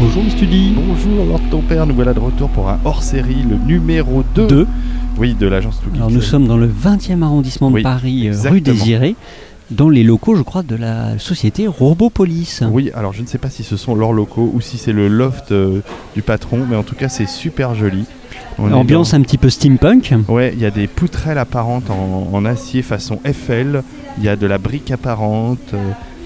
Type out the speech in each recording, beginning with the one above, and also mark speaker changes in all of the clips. Speaker 1: Bonjour Miss Tudy.
Speaker 2: Bonjour Lord Ton Père, nous voilà de retour pour un hors-série, le numéro 2.
Speaker 1: Deux.
Speaker 2: Oui, de l'agence Too Geek. Euh,
Speaker 1: Alors nous sommes dans le 20e arrondissement de
Speaker 2: Oui,
Speaker 1: Paris, euh,
Speaker 2: exactement.
Speaker 1: rue Désirée, dans les locaux, je crois, de la société Robopolis.
Speaker 2: Oui, alors je ne sais pas si ce sont leurs locaux ou si c'est le loft euh, du patron, mais en tout cas c'est super joli. On est
Speaker 1: Ambiance un petit peu steampunk.
Speaker 2: dans- Ouais, il y a des poutrelles apparentes en, en acier façon FL, il y a de la brique apparente, euh,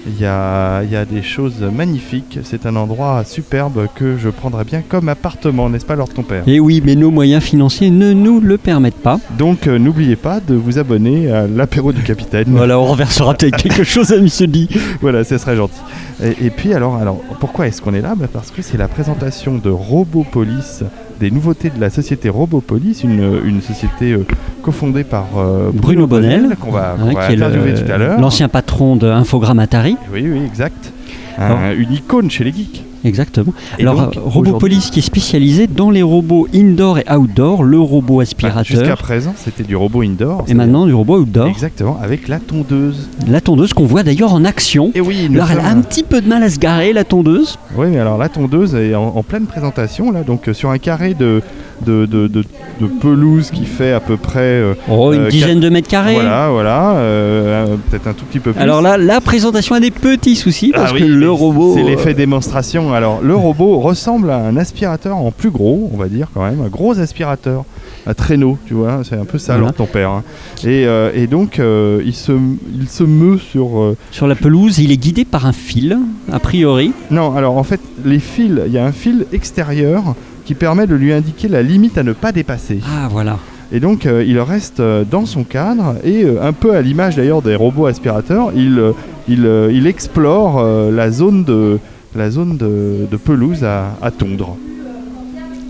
Speaker 2: il y, a, il y a des choses magnifiques. C'est un endroit superbe que je prendrais bien comme appartement, n'est-ce pas Lord Ton Père
Speaker 1: Et oui, mais nos moyens financiers ne nous le permettent pas.
Speaker 2: Donc euh, n'oubliez pas de vous abonner à l'apéro du capitaine.
Speaker 1: Voilà, on renversera peut-être quelque chose à Miss Tudy.
Speaker 2: Voilà, ce serait gentil. Et, et puis alors, alors pourquoi est-ce qu'on est là Bah Parce que c'est la présentation de Robopolis, des nouveautés de la société Robopolis, une, une société euh, cofondée par euh,
Speaker 1: Bruno Bonnel,
Speaker 2: qu'on va, qu'on
Speaker 1: hein,
Speaker 2: va
Speaker 1: qui est le-
Speaker 2: interviewer tout à l'heure.
Speaker 1: l'ancien patron de Infogrammatari.
Speaker 2: Oui, oui, exact. Un- une icône chez les geeks.
Speaker 1: Exactement.
Speaker 2: Et
Speaker 1: Alors,
Speaker 2: donc,
Speaker 1: euh, Robopolis qui est spécialisé dans les robots indoor et outdoor, le robot
Speaker 2: aujourd'hui- bah, Jusqu'à
Speaker 1: aspirateur,
Speaker 2: présent, c'était du robot indoor.
Speaker 1: et
Speaker 2: c'est-à-dire-
Speaker 1: maintenant du robot outdoor.
Speaker 2: Exactement, avec la tondeuse.
Speaker 1: La tondeuse qu'on voit d'ailleurs en action.
Speaker 2: Et oui, nous
Speaker 1: Alors elle a un
Speaker 2: sommes-
Speaker 1: petit peu de mal à se garer la tondeuse.
Speaker 2: Oui, mais alors la tondeuse est en, en pleine présentation, là, donc euh, sur un carré de, de, de- de- de pelouse qui fait à peu près. euh,
Speaker 1: Oh, une
Speaker 2: Euh,
Speaker 1: dizaine de mètres carrés.
Speaker 2: Voilà, voilà, euh, un- peut-être un tout petit peu plus.
Speaker 1: Alors là, la présentation a des petits soucis
Speaker 2: Ah
Speaker 1: parce
Speaker 2: oui,
Speaker 1: que
Speaker 2: mais
Speaker 1: le robot. euh,
Speaker 2: C'est l'effet démonstration. Alors, le robot ressemble à un aspirateur en plus gros, on va dire quand même, un gros aspirateur, un traîneau, tu vois, c'est un peu ça,
Speaker 1: Voilà.
Speaker 2: alors ton père. hein. Et, euh, et donc, euh, il, se, il se meut sur. euh,
Speaker 1: euh, sur la pelouse, il est guidé par un fil, a priori.
Speaker 2: Non, alors en fait, les fils, il y a un fil extérieur qui permet de lui indiquer la limite à ne pas dépasser.
Speaker 1: Ah voilà.
Speaker 2: Et donc euh, il reste euh, dans son cadre et euh, un peu à l'image d'ailleurs des robots aspirateurs, il, euh, il, euh, il explore euh, la zone de la zone de, de pelouse à, à tondre.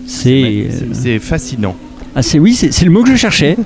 Speaker 1: C'est.
Speaker 2: Ouais,
Speaker 1: euh,
Speaker 2: c'est- C'est fascinant.
Speaker 1: Ah c'est oui, c'est c'est le mot que je cherchais.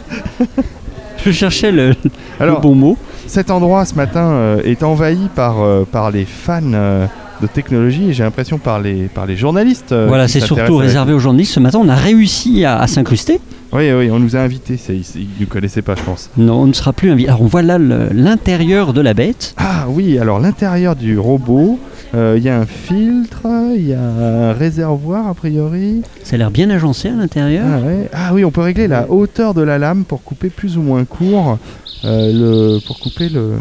Speaker 1: je cherchais le, le
Speaker 2: Alors
Speaker 1: bon mot.
Speaker 2: cet endroit ce matin euh, est envahi par, euh, par les fans euh, de technologie et j'ai l'impression par les, par les journalistes. euh,
Speaker 1: voilà,
Speaker 2: qui
Speaker 1: c'est surtout
Speaker 2: s'intéressent à-
Speaker 1: réservé aux journalistes. Ce matin, on a réussi à, à s'incruster.
Speaker 2: Oui, oui, on nous a invités, c'est- ils ne nous connaissaient pas je pense.
Speaker 1: Non, on ne sera plus invité. Alors on voit là le- l'intérieur de la bête.
Speaker 2: Ah oui, alors l'intérieur du robot, euh, il y a un filtre, il y a un réservoir a priori.
Speaker 1: Ça a l'air bien agencé à l'intérieur.
Speaker 2: Ah, ouais. Ah oui, on peut régler la hauteur de la lame pour couper plus ou moins court. euh, le, pour couper le.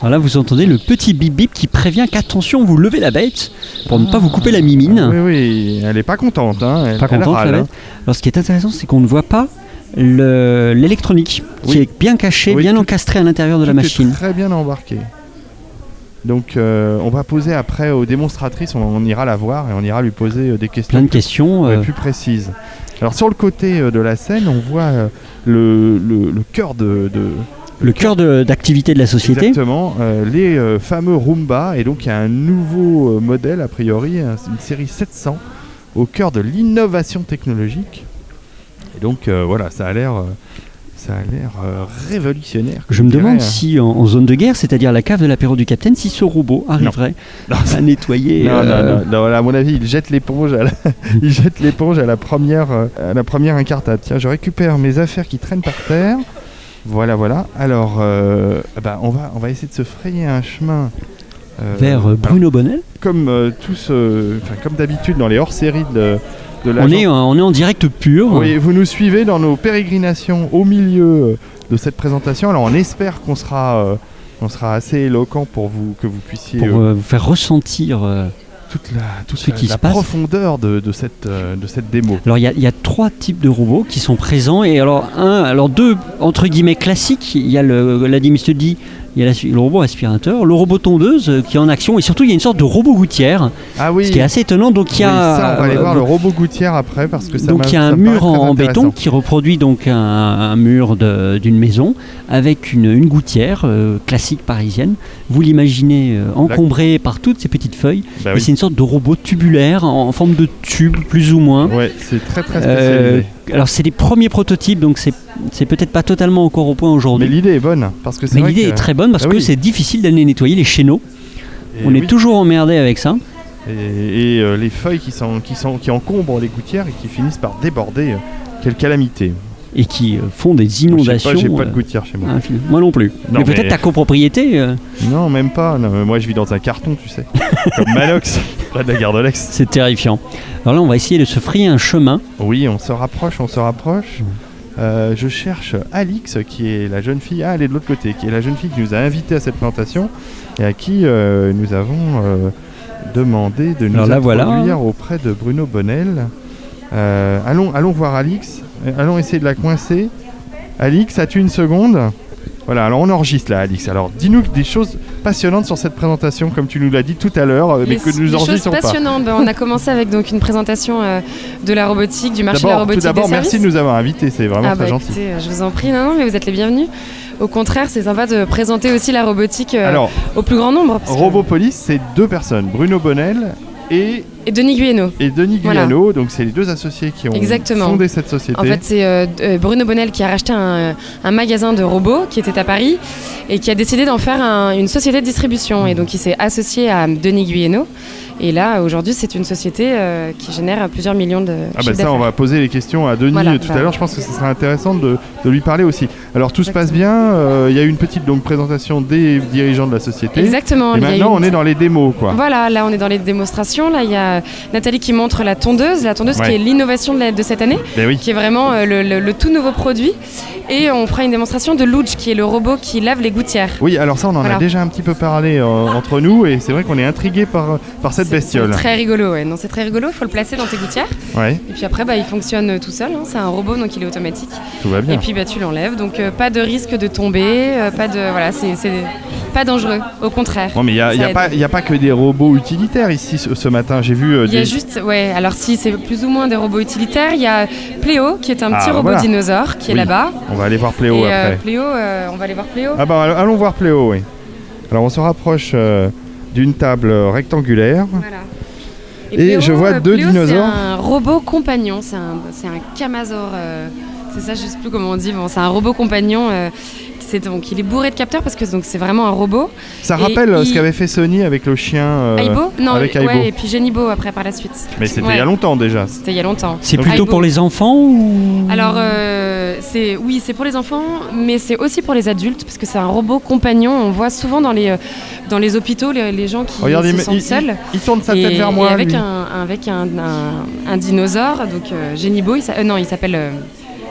Speaker 1: Alors là, vous entendez le petit bip bip qui prévient qu'attention, vous levez la bête pour ne pas vous couper la mimine.
Speaker 2: Ah Oui, oui, elle est pas contente. Hein. Elle, hein.
Speaker 1: Pas
Speaker 2: elle
Speaker 1: contente, la
Speaker 2: râle,
Speaker 1: bête. Alors, ce qui est intéressant, c'est qu'on ne voit pas le- l'électronique
Speaker 2: Oui.
Speaker 1: qui est bien cachée,
Speaker 2: Oui,
Speaker 1: bien
Speaker 2: tout-
Speaker 1: encastrée à l'intérieur de la
Speaker 2: hein. Tout est
Speaker 1: machine.
Speaker 2: très bien embarqué. Donc euh, on va poser après aux démonstratrices, on, on ira la voir et on ira lui poser euh, des questions
Speaker 1: Plein de questions.
Speaker 2: Ouais,
Speaker 1: euh,
Speaker 2: plus précise. Alors sur le côté euh, de la scène, on voit euh, le, le- le cœur de, de-
Speaker 1: le cœur de- d'activité de la société.
Speaker 2: exactement euh, les euh, fameux Roomba et donc il y a un nouveau euh, modèle a priori, un- une série 700 au cœur de l'innovation technologique. Et donc euh, voilà, ça a l'air euh, ça a l'air euh, révolutionnaire.
Speaker 1: Je me
Speaker 2: dirais,
Speaker 1: demande
Speaker 2: hein.
Speaker 1: si en, en zone de guerre, c'est-à-dire la cave de l'apéro du capitaine, si ce robot arriverait
Speaker 2: Non,
Speaker 1: à nettoyer.
Speaker 2: Non, non,
Speaker 1: euh,
Speaker 2: non, non, à mon avis, il jette l'éponge à la, il jette l'éponge à la première, euh, à la première incartade. Tiens, je récupère mes affaires qui traînent par terre. Voilà, voilà. Alors, euh, bah, on va, on va essayer de se frayer un chemin euh,
Speaker 1: Vers euh,
Speaker 2: alors,
Speaker 1: Bruno Bonnel.
Speaker 2: comme euh, tous, euh, enfin, comme d'habitude dans les hors-séries de, de la.
Speaker 1: On est, en- on est en direct pur.
Speaker 2: Oui, vous nous suivez dans nos pérégrinations au milieu euh, de cette présentation. Alors, on espère qu'on sera, euh, on sera assez éloquent pour vous, que vous puissiez.
Speaker 1: Pour
Speaker 2: euh,
Speaker 1: euh, vous faire ressentir euh,
Speaker 2: toute la, toute
Speaker 1: Ce
Speaker 2: la-
Speaker 1: qui
Speaker 2: la
Speaker 1: se passe.
Speaker 2: profondeur de, de cette, euh, de cette démo.
Speaker 1: Alors il y, a- il y a trois types de robots qui sont présents et alors un, alors deux entre guillemets classiques. Il y a le l'a dit Mr. D, il y a la- le robot aspirateur, le robot tondeuse euh, qui est en action et surtout il y a une sorte de robot gouttière,
Speaker 2: Ah oui,
Speaker 1: ce qui est assez étonnant. Donc il y a
Speaker 2: oui, ça, on va aller
Speaker 1: euh,
Speaker 2: voir le robot gouttière après parce que ça
Speaker 1: donc
Speaker 2: m'a-
Speaker 1: il y a
Speaker 2: ça
Speaker 1: un
Speaker 2: me paraît
Speaker 1: mur en,
Speaker 2: très
Speaker 1: en béton
Speaker 2: intéressant.
Speaker 1: qui reproduit donc un, un mur de- d'une maison avec une, une gouttière euh, classique parisienne. Vous l'imaginez euh, encombrée par toutes ces petites feuilles
Speaker 2: Bah
Speaker 1: et c'est une sorte de robot tubulaire en, en forme de tube plus ou moins.
Speaker 2: oui. Ouais, c'est très très
Speaker 1: Euh,
Speaker 2: spécialisé.
Speaker 1: alors c'est les premiers prototypes, donc c'est c'est peut-être pas totalement encore au point
Speaker 2: Mais
Speaker 1: aujourd'hui.
Speaker 2: l'idée est bonne parce que c'est
Speaker 1: Mais
Speaker 2: vrai
Speaker 1: l'idée
Speaker 2: que-
Speaker 1: est très bonne parce
Speaker 2: Ah
Speaker 1: que
Speaker 2: oui.
Speaker 1: c'est difficile d'aller nettoyer les chéneaux.
Speaker 2: et
Speaker 1: On
Speaker 2: oui,
Speaker 1: est toujours emmerdé avec ça.
Speaker 2: Et, et, euh, les feuilles qui, sont, qui, sont, qui encombrent les gouttières et qui finissent par déborder. euh, Quelle calamité.
Speaker 1: et qui euh, font des
Speaker 2: Je sais
Speaker 1: inondations.
Speaker 2: pas, j'ai pas
Speaker 1: euh,
Speaker 2: de gouttière chez moi.
Speaker 1: infinie. Moi non plus.
Speaker 2: Non,
Speaker 1: mais peut-être
Speaker 2: mais-
Speaker 1: ta copropriété, euh,
Speaker 2: Non, même pas. Non, mais moi, je vis dans un carton, tu sais. Comme Malox, près de la gare de l'Est.
Speaker 1: c'est terrifiant. Alors là, on va essayer de se frayer un chemin.
Speaker 2: Oui, on se rapproche, on se rapproche.
Speaker 1: Mmh.
Speaker 2: Euh, je cherche Alix, qui est la jeune fille. Ah, elle est de l'autre côté, qui est la jeune fille qui nous a invités à cette plantation et à qui euh, nous avons euh, demandé de nous
Speaker 1: Alors là, voilà.
Speaker 2: introduire auprès de Bruno Bonnel. Euh, allons, allons voir Alix. Euh, Allons essayer de la coincer. Alix, as-tu une seconde Voilà, alors on enregistre là, Alix. Alors dis-nous des choses passionnantes sur cette présentation, comme tu nous l'as dit tout à l'heure, euh, mais
Speaker 3: Les-
Speaker 2: que
Speaker 3: les
Speaker 2: nous
Speaker 3: choses
Speaker 2: enregistrons pas.
Speaker 3: passionnantes. Ben, on a commencé avec donc une présentation euh, de la robotique, du marché de la
Speaker 2: D'abord, tout
Speaker 3: robotique.
Speaker 2: d'abord,
Speaker 3: des
Speaker 2: merci
Speaker 3: services.
Speaker 2: de nous avoir invités, c'est vraiment
Speaker 3: Ah
Speaker 2: très
Speaker 3: bah
Speaker 2: gentil.
Speaker 3: écoutez, euh, je vous en prie, non, non, mais vous êtes les bienvenus. Au contraire, c'est sympa de présenter aussi la robotique euh,
Speaker 2: Alors,
Speaker 3: au plus grand nombre. parce que-
Speaker 2: Robopolis, c'est deux personnes, Bruno Bonnel et,
Speaker 3: Et Denis Guyeno.
Speaker 2: et Denis
Speaker 3: Voilà.
Speaker 2: Guyano. Donc, c'est les deux associés qui ont
Speaker 3: Exactement.
Speaker 2: fondé cette société.
Speaker 3: En fait, c'est euh, euh, Bruno Bonnel qui a racheté un, euh, un magasin de robots qui était à Paris et qui a décidé d'en faire un- une société de distribution. Et donc, il s'est associé à Denis Guyeno. Et là, aujourd'hui, c'est une société euh, qui génère plusieurs millions de.
Speaker 2: ah bah
Speaker 3: chiffres
Speaker 2: ça, on va poser les questions à Denis
Speaker 3: Voilà,
Speaker 2: euh, tout
Speaker 3: bah.
Speaker 2: à l'heure. Je pense que ce sera intéressant de, de lui parler aussi. Alors, tout se passe bien. euh, Il y a eu une petite donc, présentation des dirigeants de la société.
Speaker 3: Exactement.
Speaker 2: Et
Speaker 3: il y a
Speaker 2: maintenant,
Speaker 3: une-
Speaker 2: on est dans les démos, quoi.
Speaker 3: Voilà, là on est dans les démonstrations. Là, il y a Nathalie qui montre la tondeuse, la tondeuse
Speaker 2: Ouais.
Speaker 3: qui est l'innovation de, la- de cette année,
Speaker 2: Ben oui.
Speaker 3: qui est vraiment euh, le, le- le tout nouveau produit. Et on fera une démonstration de Luge, qui est le robot qui lave les gouttières.
Speaker 2: Oui, alors ça, on en a
Speaker 3: Voilà.
Speaker 2: déjà un petit peu parlé euh, entre nous, et c'est vrai qu'on est intrigué par, par cette
Speaker 3: C'est-
Speaker 2: bestiole.
Speaker 3: C'est très rigolo, ouais. Non, c'est très rigolo. Il faut le placer dans tes gouttières.
Speaker 2: Ouais,
Speaker 3: Et puis après, bah, il fonctionne euh, tout seul. hein. C'est un robot, donc il est automatique.
Speaker 2: tout va bien.
Speaker 3: Et puis, bah, tu l'enlèves. Donc, euh, pas de risque de tomber. euh, pas de, voilà, c'est c'est pas dangereux. Au contraire.
Speaker 2: Non mais il n'y a,
Speaker 3: Ça
Speaker 2: y a
Speaker 3: aide.
Speaker 2: pas- y a pas que des robots utilitaires ici ce, ce matin, j'ai vu euh,
Speaker 3: Il y a
Speaker 2: des...
Speaker 3: juste, ouais, alors si c'est plus ou moins des robots utilitaires, il y a Pléo qui est un
Speaker 2: Ah,
Speaker 3: petit
Speaker 2: bah
Speaker 3: robot
Speaker 2: voilà.
Speaker 3: dinosaure qui
Speaker 2: Oui.
Speaker 3: est là-bas.
Speaker 2: On va aller voir Pléo
Speaker 3: Et euh,
Speaker 2: après.
Speaker 3: Pléo, euh, on va aller voir Pléo.
Speaker 2: Ah bah allo- allons voir Pléo, oui. Alors on se rapproche euh, d'une table rectangulaire.
Speaker 3: Voilà.
Speaker 2: Et je vois
Speaker 3: euh,
Speaker 2: deux
Speaker 3: Pléo,
Speaker 2: dinosaures.
Speaker 3: C'est un robot compagnon, c'est un, c'est un camazor. euh, c'est ça, je sais plus comment on dit. Bon, c'est un robot compagnon. euh, c'est donc, il est bourré de capteurs parce que donc c'est vraiment un robot.
Speaker 2: Ça
Speaker 3: Et
Speaker 2: rappelle euh, ce
Speaker 3: il-
Speaker 2: qu'avait fait Sony avec le chien... euh,
Speaker 3: Aibo Non,
Speaker 2: avec
Speaker 3: ouais,
Speaker 2: Aibo.
Speaker 3: et puis Genibo après par la suite.
Speaker 2: Mais c'était
Speaker 3: Ouais,
Speaker 2: il y a longtemps déjà.
Speaker 3: C'était il y a longtemps.
Speaker 1: C'est
Speaker 2: Donc-
Speaker 1: plutôt
Speaker 3: Aibo.
Speaker 1: pour les enfants ou
Speaker 3: Alors, euh, c'est oui, c'est pour les enfants, mais c'est aussi pour les adultes, parce que c'est un robot compagnon. On voit souvent dans les, euh, dans les hôpitaux les, les gens qui
Speaker 2: Regardez,
Speaker 3: se
Speaker 2: mais
Speaker 3: sentent
Speaker 2: il,
Speaker 3: seuls.
Speaker 2: il- il tourne sa
Speaker 3: Et,
Speaker 2: tête vers
Speaker 3: et
Speaker 2: moi.
Speaker 3: avec,
Speaker 2: lui.
Speaker 3: un, avec un, un- un dinosaure, donc euh, Genibo, il s'a- euh, non, il s'appelle... euh,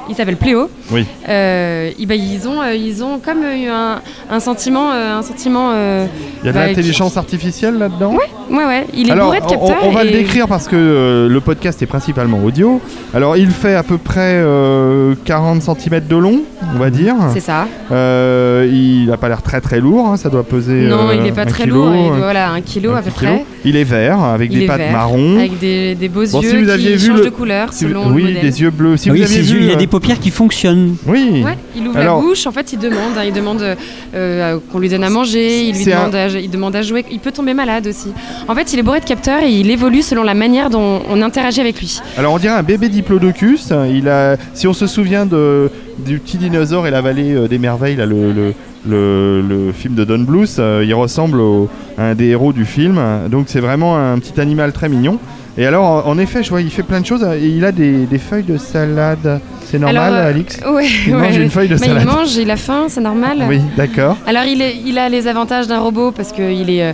Speaker 3: il s'appelle Pléo.
Speaker 2: Oui.
Speaker 3: Euh, et ben, ils, ont, euh, ils ont comme eu un, un sentiment. euh, un sentiment euh,
Speaker 2: Il y a de
Speaker 3: bah,
Speaker 2: l'intelligence artificielle là-dedans
Speaker 3: ouais, ouais, il est
Speaker 2: Alors,
Speaker 3: bourré de
Speaker 2: on-
Speaker 3: capteurs.
Speaker 2: on, on va
Speaker 3: et-
Speaker 2: le décrire parce que euh, le podcast est principalement audio. Alors, il fait à peu près euh, 40 cm de long, on va dire.
Speaker 3: Mhm. C'est ça.
Speaker 2: Euh, il n'a pas l'air très très lourd, hein, ça doit peser.
Speaker 3: non,
Speaker 2: euh,
Speaker 3: il n'est pas
Speaker 2: un
Speaker 3: très
Speaker 2: kilo,
Speaker 3: lourd. il
Speaker 2: un-
Speaker 3: doit- voilà, un kilo
Speaker 2: un
Speaker 3: à peu
Speaker 2: petit kilo.
Speaker 3: près.
Speaker 2: Il est vert avec
Speaker 3: Il
Speaker 2: des
Speaker 3: est
Speaker 2: pattes
Speaker 3: vert,
Speaker 2: marron.
Speaker 3: Avec des, des beaux
Speaker 2: Bon,
Speaker 3: yeux
Speaker 2: si vous aviez
Speaker 3: qui
Speaker 2: vu
Speaker 3: changent
Speaker 2: le-
Speaker 3: de couleur
Speaker 2: Si
Speaker 3: selon
Speaker 2: vous-
Speaker 3: le
Speaker 2: oui,
Speaker 3: modèle.
Speaker 2: des yeux bleus. Si
Speaker 1: Ah oui,
Speaker 2: vous aviez
Speaker 1: ses
Speaker 2: vu,
Speaker 1: yeux, il y
Speaker 2: euh,
Speaker 1: a des paupières qui fonctionnent.
Speaker 2: Oui.
Speaker 3: Ouais, il ouvre
Speaker 2: Alors-
Speaker 3: la bouche, en fait il demande, hein, il demande euh, euh, qu'on lui donne à manger, il lui
Speaker 2: C'est
Speaker 3: demande, à, il demande à jouer, il peut tomber malade aussi. En fait il est bourré de capteurs et il évolue selon la manière dont on interagit avec lui.
Speaker 2: Alors on dirait un bébé diplodocus. Il a, si on se souvient de, du petit dinosaure et la vallée euh, des merveilles, là, le, le, le- le film de Don Bluth, euh, il ressemble au- à un des héros du film. Donc c'est vraiment un petit animal très mignon. Et alors en, en effet, je vois, il fait plein de choses. et il a des, des feuilles de salade. C'est normal,
Speaker 3: Alors, euh,
Speaker 2: Alix.
Speaker 3: Ouais,
Speaker 2: Il
Speaker 3: ouais.
Speaker 2: mange une feuille de
Speaker 3: Mais
Speaker 2: salade.
Speaker 3: il mange, il a faim, c'est normal.
Speaker 2: Oui, d'accord.
Speaker 3: Alors il, est- il a les avantages d'un robot parce qu'il est, euh,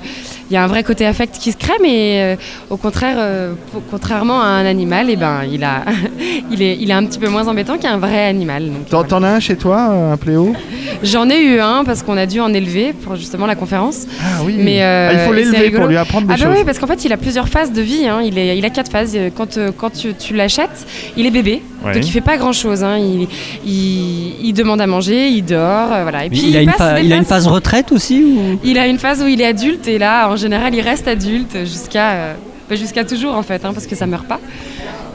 Speaker 3: il y a un vrai côté affect qui se crée, mais euh, au contraire, euh, pour- contrairement à un animal, et ben il a, il est, il est un petit peu moins embêtant qu'un vrai animal. donc,
Speaker 2: T'en,
Speaker 3: voilà.
Speaker 2: t'en as un chez toi, euh, un pléo
Speaker 3: J'en ai eu un parce qu'on a dû en élever pour justement la conférence.
Speaker 2: Ah oui.
Speaker 3: Mais, euh,
Speaker 2: Ah, il faut
Speaker 3: c'est
Speaker 2: l'élever
Speaker 3: rigolo.
Speaker 2: pour lui apprendre des
Speaker 3: Ah bah
Speaker 2: choses.
Speaker 3: oui, parce qu'en fait, il a plusieurs phases de vie. hein. Il, est, il a quatre phases. Euh, Quand, euh, quand tu, tu l'achètes, il est bébé,
Speaker 2: Ouais.
Speaker 3: donc il fait pas grand-chose. hein. Il, il, il demande à manger, il dort, euh, voilà. Et puis
Speaker 1: il, a une
Speaker 3: passe
Speaker 1: pha-
Speaker 3: des
Speaker 1: il a une
Speaker 3: phases.
Speaker 1: phase retraite aussi ou...
Speaker 3: Il a une phase où il est adulte et là, en général, il reste adulte jusqu'à euh, bah, jusqu'à toujours en fait, hein, parce que ça meurt pas.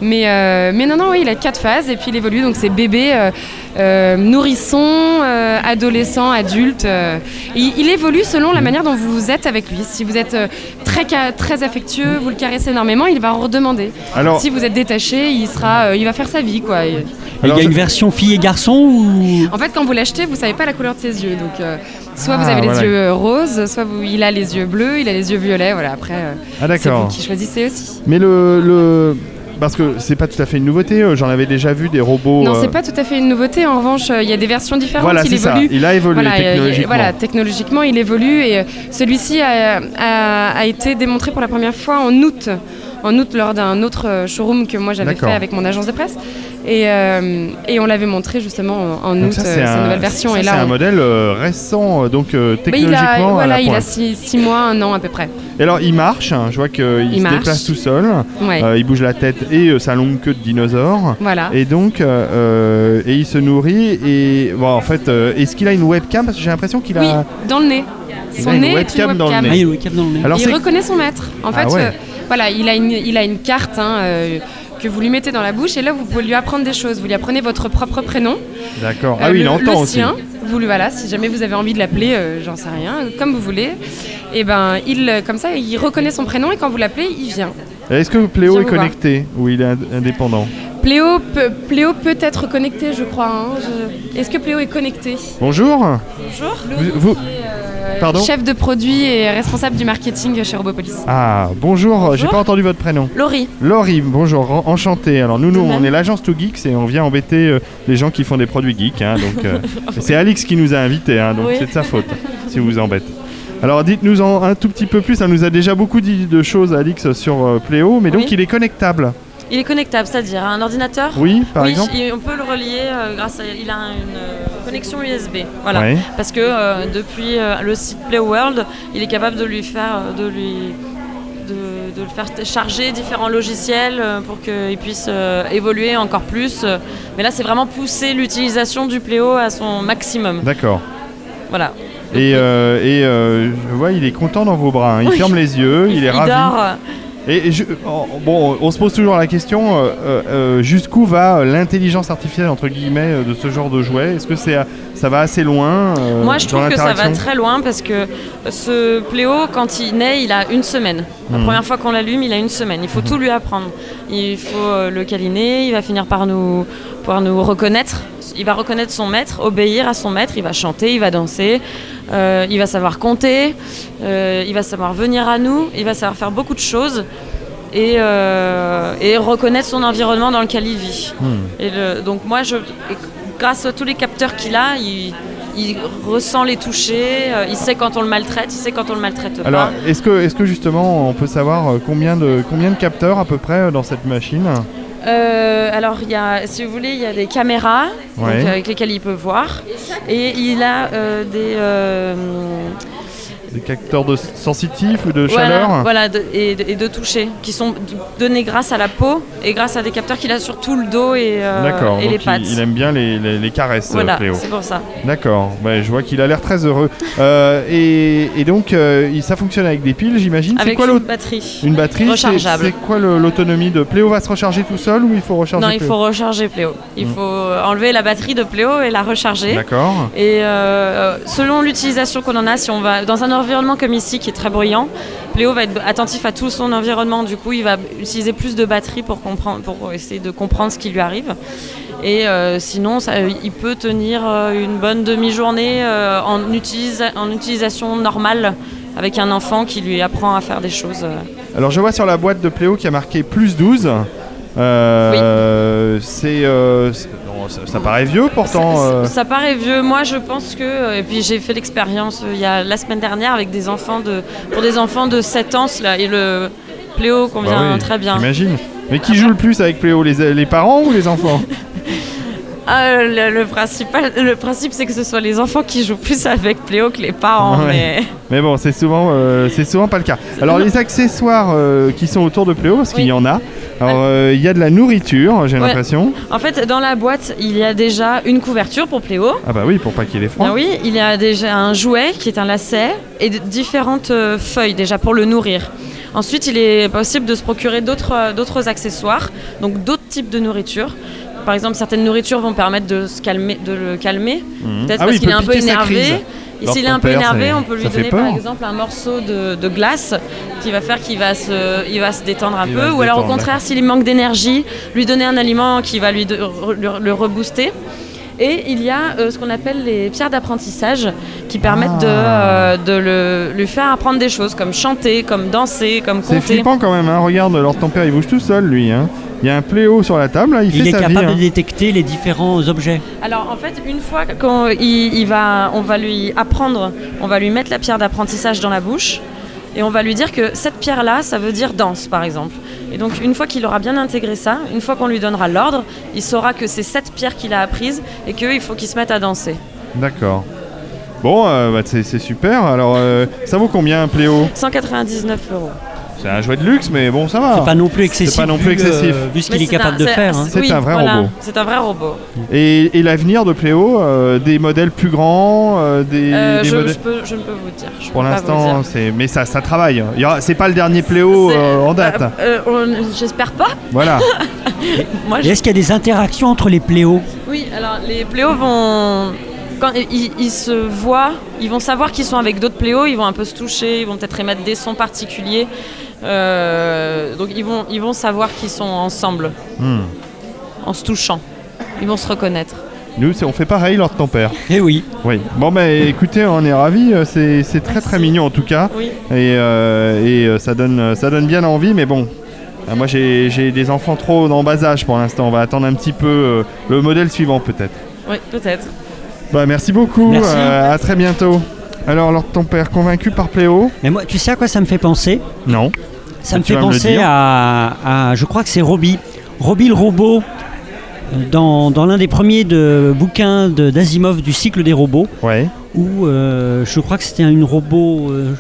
Speaker 3: Mais, euh, mais non, non, oui, il a quatre phases et puis il évolue. Donc c'est bébé, euh, euh, nourrisson, euh, adolescent, adulte. euh. il, il évolue selon la manière dont vous êtes avec lui. Si vous êtes euh, très, ca- très affectueux, vous le caressez énormément, il va en redemander.
Speaker 2: Alors-
Speaker 3: si vous êtes détaché, il, sera, euh, il va faire sa vie. quoi. Et-
Speaker 2: Alors,
Speaker 1: il y a
Speaker 2: je-
Speaker 1: une version fille et garçon ou
Speaker 3: en fait, quand vous l'achetez, vous savez pas la couleur de ses yeux. Donc, euh, soit vous
Speaker 2: Ah,
Speaker 3: avez les
Speaker 2: voilà.
Speaker 3: yeux euh, roses, soit vous- il a les yeux bleus, il a les yeux violets. Voilà, après, euh,
Speaker 2: Ah
Speaker 3: c'est vous
Speaker 2: d'accord.
Speaker 3: qui choisissez aussi.
Speaker 2: Mais le, le- bah, parce que c'est pas tout à fait une nouveauté. euh, J'en avais déjà vu des robots.
Speaker 3: Non,
Speaker 2: euh,
Speaker 3: c'est pas tout à fait une nouveauté. En revanche, euh, il y a des versions différentes.
Speaker 2: Voilà,
Speaker 3: il
Speaker 2: c'est ça.
Speaker 3: évolue.
Speaker 2: Il a évolué
Speaker 3: Voilà, il y a- il y a-
Speaker 2: technologiquement.
Speaker 3: voilà, technologiquement, il évolue et euh, celui-ci a, a- a été démontré pour la première fois en août, en août lors d'un autre euh, showroom que moi j'avais
Speaker 2: D'accord.
Speaker 3: fait avec mon agence de presse et, euh, et on l'avait montré justement en, en
Speaker 2: Donc
Speaker 3: août
Speaker 2: ça,
Speaker 3: euh,
Speaker 2: c'est
Speaker 3: sa
Speaker 2: un-
Speaker 3: nouvelle version
Speaker 2: ça,
Speaker 3: et là
Speaker 2: c'est un
Speaker 3: on-
Speaker 2: modèle euh, récent, euh, donc euh,
Speaker 3: Bah, il
Speaker 2: technologiquement
Speaker 3: a,
Speaker 2: à
Speaker 3: voilà,
Speaker 2: la
Speaker 3: il a
Speaker 2: pointe.
Speaker 3: six, six mois, un an à peu près.
Speaker 2: Et alors il marche, hein, je vois qu'il
Speaker 3: Il
Speaker 2: se
Speaker 3: marche.
Speaker 2: déplace tout seul,
Speaker 3: Ouais, Ah.
Speaker 2: euh, il bouge la tête et euh, sa longue queue de dinosaure.
Speaker 3: voilà.
Speaker 2: Et donc, euh, euh, et il se nourrit et bon, en fait, euh, est-ce qu'il a une webcam Parce que j'ai l'impression qu'il
Speaker 3: Oui,
Speaker 2: a.
Speaker 3: dans le nez.
Speaker 2: Il
Speaker 3: Son
Speaker 2: a une
Speaker 3: nez est une
Speaker 2: webcam dans le
Speaker 1: Ah, il
Speaker 3: webcam.
Speaker 1: y a le cap dans le nez.
Speaker 2: Alors
Speaker 3: il
Speaker 2: c'est
Speaker 3: reconnaît son maître. En fait,
Speaker 2: Ah ouais.
Speaker 3: euh, voilà, il a une, il a une carte hein, euh, que vous lui mettez dans la bouche et là, vous pouvez lui apprendre des choses. Vous lui apprenez votre propre prénom.
Speaker 2: d'accord.
Speaker 3: Euh,
Speaker 2: ah oui,
Speaker 3: le-
Speaker 2: il entend
Speaker 3: le
Speaker 2: aussi.
Speaker 3: sien, vous le voilà, si jamais vous avez envie de l'appeler, euh, j'en sais rien, comme vous voulez. Et ben, il, euh, comme ça, il reconnaît son prénom et quand vous l'appelez, il vient.
Speaker 2: Est-ce que Pléo
Speaker 3: Viens
Speaker 2: est
Speaker 3: vous voir.
Speaker 2: connecté ou il est ind- indépendant
Speaker 3: Pléo peut, Pléo peut être connecté, je crois. hein, je- Est-ce que Pléo est connecté
Speaker 2: Bonjour.
Speaker 3: Bonjour.
Speaker 2: Vous- vous- Pardon
Speaker 3: euh, Chef de produit et responsable du marketing chez Robopolis.
Speaker 2: Ah bonjour. J'ai
Speaker 3: Bonjour.
Speaker 2: pas entendu votre prénom.
Speaker 3: Laurie.
Speaker 2: Laurie, bonjour, en- enchanté. Alors nous, nous
Speaker 3: De même.
Speaker 2: on est l'agence Too Geeks et on vient embêter euh, les gens qui font des produits geeks. hein, donc euh, c'est Alix qui nous a invités, hein, donc
Speaker 3: Oui.
Speaker 2: c'est de sa faute si vous vous embêtez. Alors dites-nous en un tout petit peu plus. Elle nous a déjà beaucoup dit de choses, Alix, sur euh, Pléo, mais donc
Speaker 4: Oui.
Speaker 2: il est connectable.
Speaker 4: Il est connectable, c'est-à-dire à un ordinateur.
Speaker 2: Oui, par
Speaker 4: Oui,
Speaker 2: exemple.
Speaker 4: et on peut le relier euh, grâce à. Il a une euh, connexion USB. Voilà.
Speaker 2: Ouais.
Speaker 4: Parce que euh, depuis euh, le site Play World, il est capable de lui faire. euh, De lui, de, de le faire charger différents logiciels euh, pour qu'il puisse euh, évoluer encore plus. euh. Mais là, c'est vraiment pousser l'utilisation du Pléo à son maximum.
Speaker 2: D'accord.
Speaker 4: Voilà.
Speaker 2: Et, euh, et euh, je vois, il est content dans vos bras. hein. Il
Speaker 4: Oui.
Speaker 2: ferme les yeux, il, est ravi.
Speaker 4: dort. euh,
Speaker 2: Et je- oh, bon, on se pose toujours la question euh, euh, euh, jusqu'où va euh, l'intelligence artificielle entre guillemets euh, de ce genre de jouet Est-ce que c'est à- ça va assez loin euh,
Speaker 4: Moi, je
Speaker 2: dans
Speaker 4: trouve que ça va
Speaker 2: l'interaction
Speaker 4: très loin parce que ce Pléo, quand il naît, il a une semaine. La
Speaker 2: Mhm.
Speaker 4: première fois qu'on l'allume, il a une semaine. Il faut
Speaker 2: Hmm.
Speaker 4: tout lui apprendre. Il faut euh, le câliner, il va finir par nous, par nous reconnaître. Il va reconnaître son maître, obéir à son maître. Il va chanter, il va danser, euh, il va savoir compter, euh, il va savoir venir à nous, il va savoir faire beaucoup de choses. Et, euh, et reconnaître son environnement dans lequel il vit.
Speaker 2: Hmm.
Speaker 4: Et le- donc moi, je, et grâce à tous les capteurs qu'il a, il, il ressent les toucher, euh, il sait quand on le maltraite, il sait quand on le maltraite pas.
Speaker 2: Alors, est-ce que, est-ce que justement, on peut savoir euh, combien de combien de capteurs à peu près euh, dans cette machine
Speaker 4: Euh, alors, il y a, si vous voulez, il y a des caméras donc,
Speaker 2: Ouais.
Speaker 4: euh, avec lesquelles il peut voir. Et il a euh, des... euh,
Speaker 2: Des capteurs de sensitifs ou de
Speaker 4: voilà,
Speaker 2: chaleur
Speaker 4: voilà, de- et, de- et de toucher, qui sont d- donnés grâce à la peau et grâce à des capteurs qu'il a sur tout le dos et, euh,
Speaker 2: D'accord.
Speaker 4: et
Speaker 2: donc
Speaker 4: les
Speaker 2: il-
Speaker 4: pattes.
Speaker 2: Il, aime bien les, les- les caresses, euh,
Speaker 4: voilà,
Speaker 2: Cléo.
Speaker 4: c'est pour ça.
Speaker 2: D'accord. Ouais, je vois qu'il a l'air très heureux. Euh, et, et donc, euh, il- ça fonctionne avec des piles, j'imagine. c'est
Speaker 4: Avec
Speaker 2: quoi
Speaker 4: une
Speaker 2: l'autre
Speaker 4: batterie.
Speaker 2: Une batterie, c'est-
Speaker 4: Rechargeable.
Speaker 2: c'est quoi le- l'autonomie de Pléo va se recharger tout seul ou il faut recharger
Speaker 4: Non, il
Speaker 2: Pléo
Speaker 4: faut recharger Pléo. Il faut euh, enlever la batterie de Pléo et la recharger.
Speaker 2: Mmh. D'accord.
Speaker 4: Et euh, selon l'utilisation qu'on en a, si on va dans un environnement comme ici qui est très bruyant, Pléo va être attentif à tout son environnement. Du coup, il va utiliser plus de batterie pour, comprendre, pour essayer de comprendre ce qui lui arrive. Et euh, sinon, ça- il peut tenir euh, une bonne demi-journée euh, en, utilisa- en utilisation normale avec un enfant qui lui apprend à faire des choses. euh,
Speaker 2: Alors je vois sur la boîte de Pléo qui a marqué plus 12. Euh, C'est euh, c'est- non, ça, ça paraît vieux pourtant.
Speaker 4: Ça-
Speaker 2: euh,
Speaker 4: Ça, ça paraît vieux. Moi, je pense que. euh, Et puis, j'ai fait l'expérience euh, il y a la semaine dernière avec des enfants de. Pour des enfants de 7 ans, là, et le pléo
Speaker 2: bah
Speaker 4: convient
Speaker 2: oui,
Speaker 4: très bien.
Speaker 2: J'imagine. Mais qui joue le plus avec Pléo les, les parents ou les enfants
Speaker 4: Ah, le, le principal, le principe, c'est que ce soit les enfants qui jouent plus avec pléo que les parents.
Speaker 2: Ouais.
Speaker 4: mais-
Speaker 2: Mais bon, c'est souvent, euh, c'est souvent pas le cas. Alors les accessoires euh, qui sont autour de Pléo, parce qu'il
Speaker 4: Oui.
Speaker 2: y en a. Alors euh, il y a de la nourriture, j'ai
Speaker 4: Ouais.
Speaker 2: l'impression.
Speaker 4: En fait, dans la boîte, il y a déjà une couverture pour pléo.
Speaker 2: Ah bah oui, pour pas qu'il ait froid.
Speaker 4: Ah oui, il y a déjà un jouet qui est un lacet et d- différentes euh, feuilles déjà pour le nourrir. Ensuite, il est possible de se procurer d'autres euh, d'autres accessoires, donc d'autres types de nourriture. Par exemple, certaines nourritures vont permettre de, se calmer, de le calmer,
Speaker 2: Mhm.
Speaker 4: peut-être
Speaker 2: Ah oui,
Speaker 4: parce
Speaker 2: il
Speaker 4: qu'il est
Speaker 2: peut
Speaker 4: un peu
Speaker 2: piquer sa crise.
Speaker 4: énervé. Et
Speaker 2: Alors,
Speaker 4: s'il est
Speaker 2: ton
Speaker 4: un peu
Speaker 2: père,
Speaker 4: énervé,
Speaker 2: ça-
Speaker 4: on peut lui
Speaker 2: ça fait
Speaker 4: donner par
Speaker 2: peur.
Speaker 4: exemple un morceau de, de glace qui va faire qu'il va se, il va se détendre un
Speaker 2: Il va
Speaker 4: peu.
Speaker 2: se
Speaker 4: Ou alors au
Speaker 2: détendre,
Speaker 4: contraire, s'il manque d'énergie, lui donner un aliment qui va lui de- re- le, le rebooster. Et il y a euh, ce qu'on appelle les pierres d'apprentissage qui permettent de,
Speaker 2: Ah.
Speaker 4: euh, de le, lui faire apprendre des choses comme chanter, comme danser, comme
Speaker 2: C'est
Speaker 4: compter.
Speaker 2: flippant quand même, hein. regarde, alors ton père il bouge tout seul lui. Hein. Il y a un pléo sur la table, là, il,
Speaker 1: Il
Speaker 2: fait
Speaker 1: est
Speaker 2: sa vie.
Speaker 1: capable
Speaker 2: hein.
Speaker 1: de détecter les différents objets.
Speaker 4: Alors en fait, une fois qu'on il, il va, on va lui apprendre, on va lui mettre la pierre d'apprentissage dans la bouche et on va lui dire que cette pierre-là, ça veut dire danse par exemple. Et donc une fois qu'il aura bien intégré ça, une fois qu'on lui donnera l'ordre, il saura que c'est cette pierre qu'il a apprise et qu'il faut qu'il se mette à danser.
Speaker 2: D'accord. Bon, euh, bah, c'est c'est super. Alors, euh, ça vaut combien un pléo
Speaker 4: 199 euros.
Speaker 2: C'est un jouet de luxe, mais bon, ça va.
Speaker 1: C'est pas non plus excessif.
Speaker 2: Ah. pas non plus
Speaker 1: vu, euh,
Speaker 2: excessif.
Speaker 1: vu ce qu'il
Speaker 4: Mais
Speaker 1: est
Speaker 4: c'est
Speaker 1: capable
Speaker 4: un-
Speaker 1: de
Speaker 4: c'est-
Speaker 1: faire. hein.
Speaker 2: C'est
Speaker 4: oui,
Speaker 2: un vrai
Speaker 4: voilà,
Speaker 2: robot.
Speaker 4: C'est un vrai robot.
Speaker 2: Et, et l'avenir de Pléo, euh, des modèles plus grands, euh, des,
Speaker 4: Euh,
Speaker 2: des
Speaker 4: je,
Speaker 2: modèles-
Speaker 4: je peux- je ne peux vous dire. Je
Speaker 2: Pour
Speaker 4: peux pas vous
Speaker 2: l'instant,
Speaker 4: dire.
Speaker 2: c'est mais ça, ça travaille. Il y aura- C'est pas le dernier Pléo
Speaker 4: C'est-
Speaker 2: euh, en date.
Speaker 4: Euh, euh, on- J'espère pas.
Speaker 2: Voilà.
Speaker 4: Moi,
Speaker 1: Et
Speaker 4: je-
Speaker 1: Est-ce qu'il y a des interactions entre les pléos
Speaker 4: Oui, alors les pléos vont. Quand ils, ils se voient, ils vont savoir qu'ils sont avec d'autres pléos, ils vont un peu se toucher, ils vont peut-être émettre des sons particuliers. Euh, donc ils vont, ils vont savoir qu'ils sont ensemble,
Speaker 2: Hmm.
Speaker 4: en se touchant. Ils vont se reconnaître.
Speaker 2: Nous, c'est- on fait pareil lors de ton père.
Speaker 1: Eh oui.
Speaker 2: Oui. Bon, bah écoutez, on est ravis. euh, C'est c'est très très
Speaker 4: Merci.
Speaker 2: mignon en tout cas.
Speaker 4: Oui.
Speaker 2: Et, euh, et, euh, ça, donne, ça donne bien envie, mais bon. Ah, Moi j'ai j'ai des enfants trop en bas âge pour l'instant. On va attendre un petit peu euh, le modèle suivant peut-être.
Speaker 4: Oui, peut-être.
Speaker 2: Bah, merci beaucoup.
Speaker 1: Merci.
Speaker 2: euh, à très bientôt. Alors, lors de ton père, convaincu par Pléo
Speaker 1: Mais moi, tu sais à quoi ça me fait penser
Speaker 2: Non.
Speaker 1: Ça
Speaker 2: Ah,
Speaker 1: me
Speaker 2: tu
Speaker 1: fait
Speaker 2: vas me le
Speaker 1: penser
Speaker 2: dire.
Speaker 1: à, à- Je crois que c'est Robbie. Robbie le robot, euh, dans, dans l'un des premiers de, bouquins de- d'Asimov du cycle des robots,
Speaker 2: Ouais.
Speaker 1: où euh, je crois que c'était une robot. euh,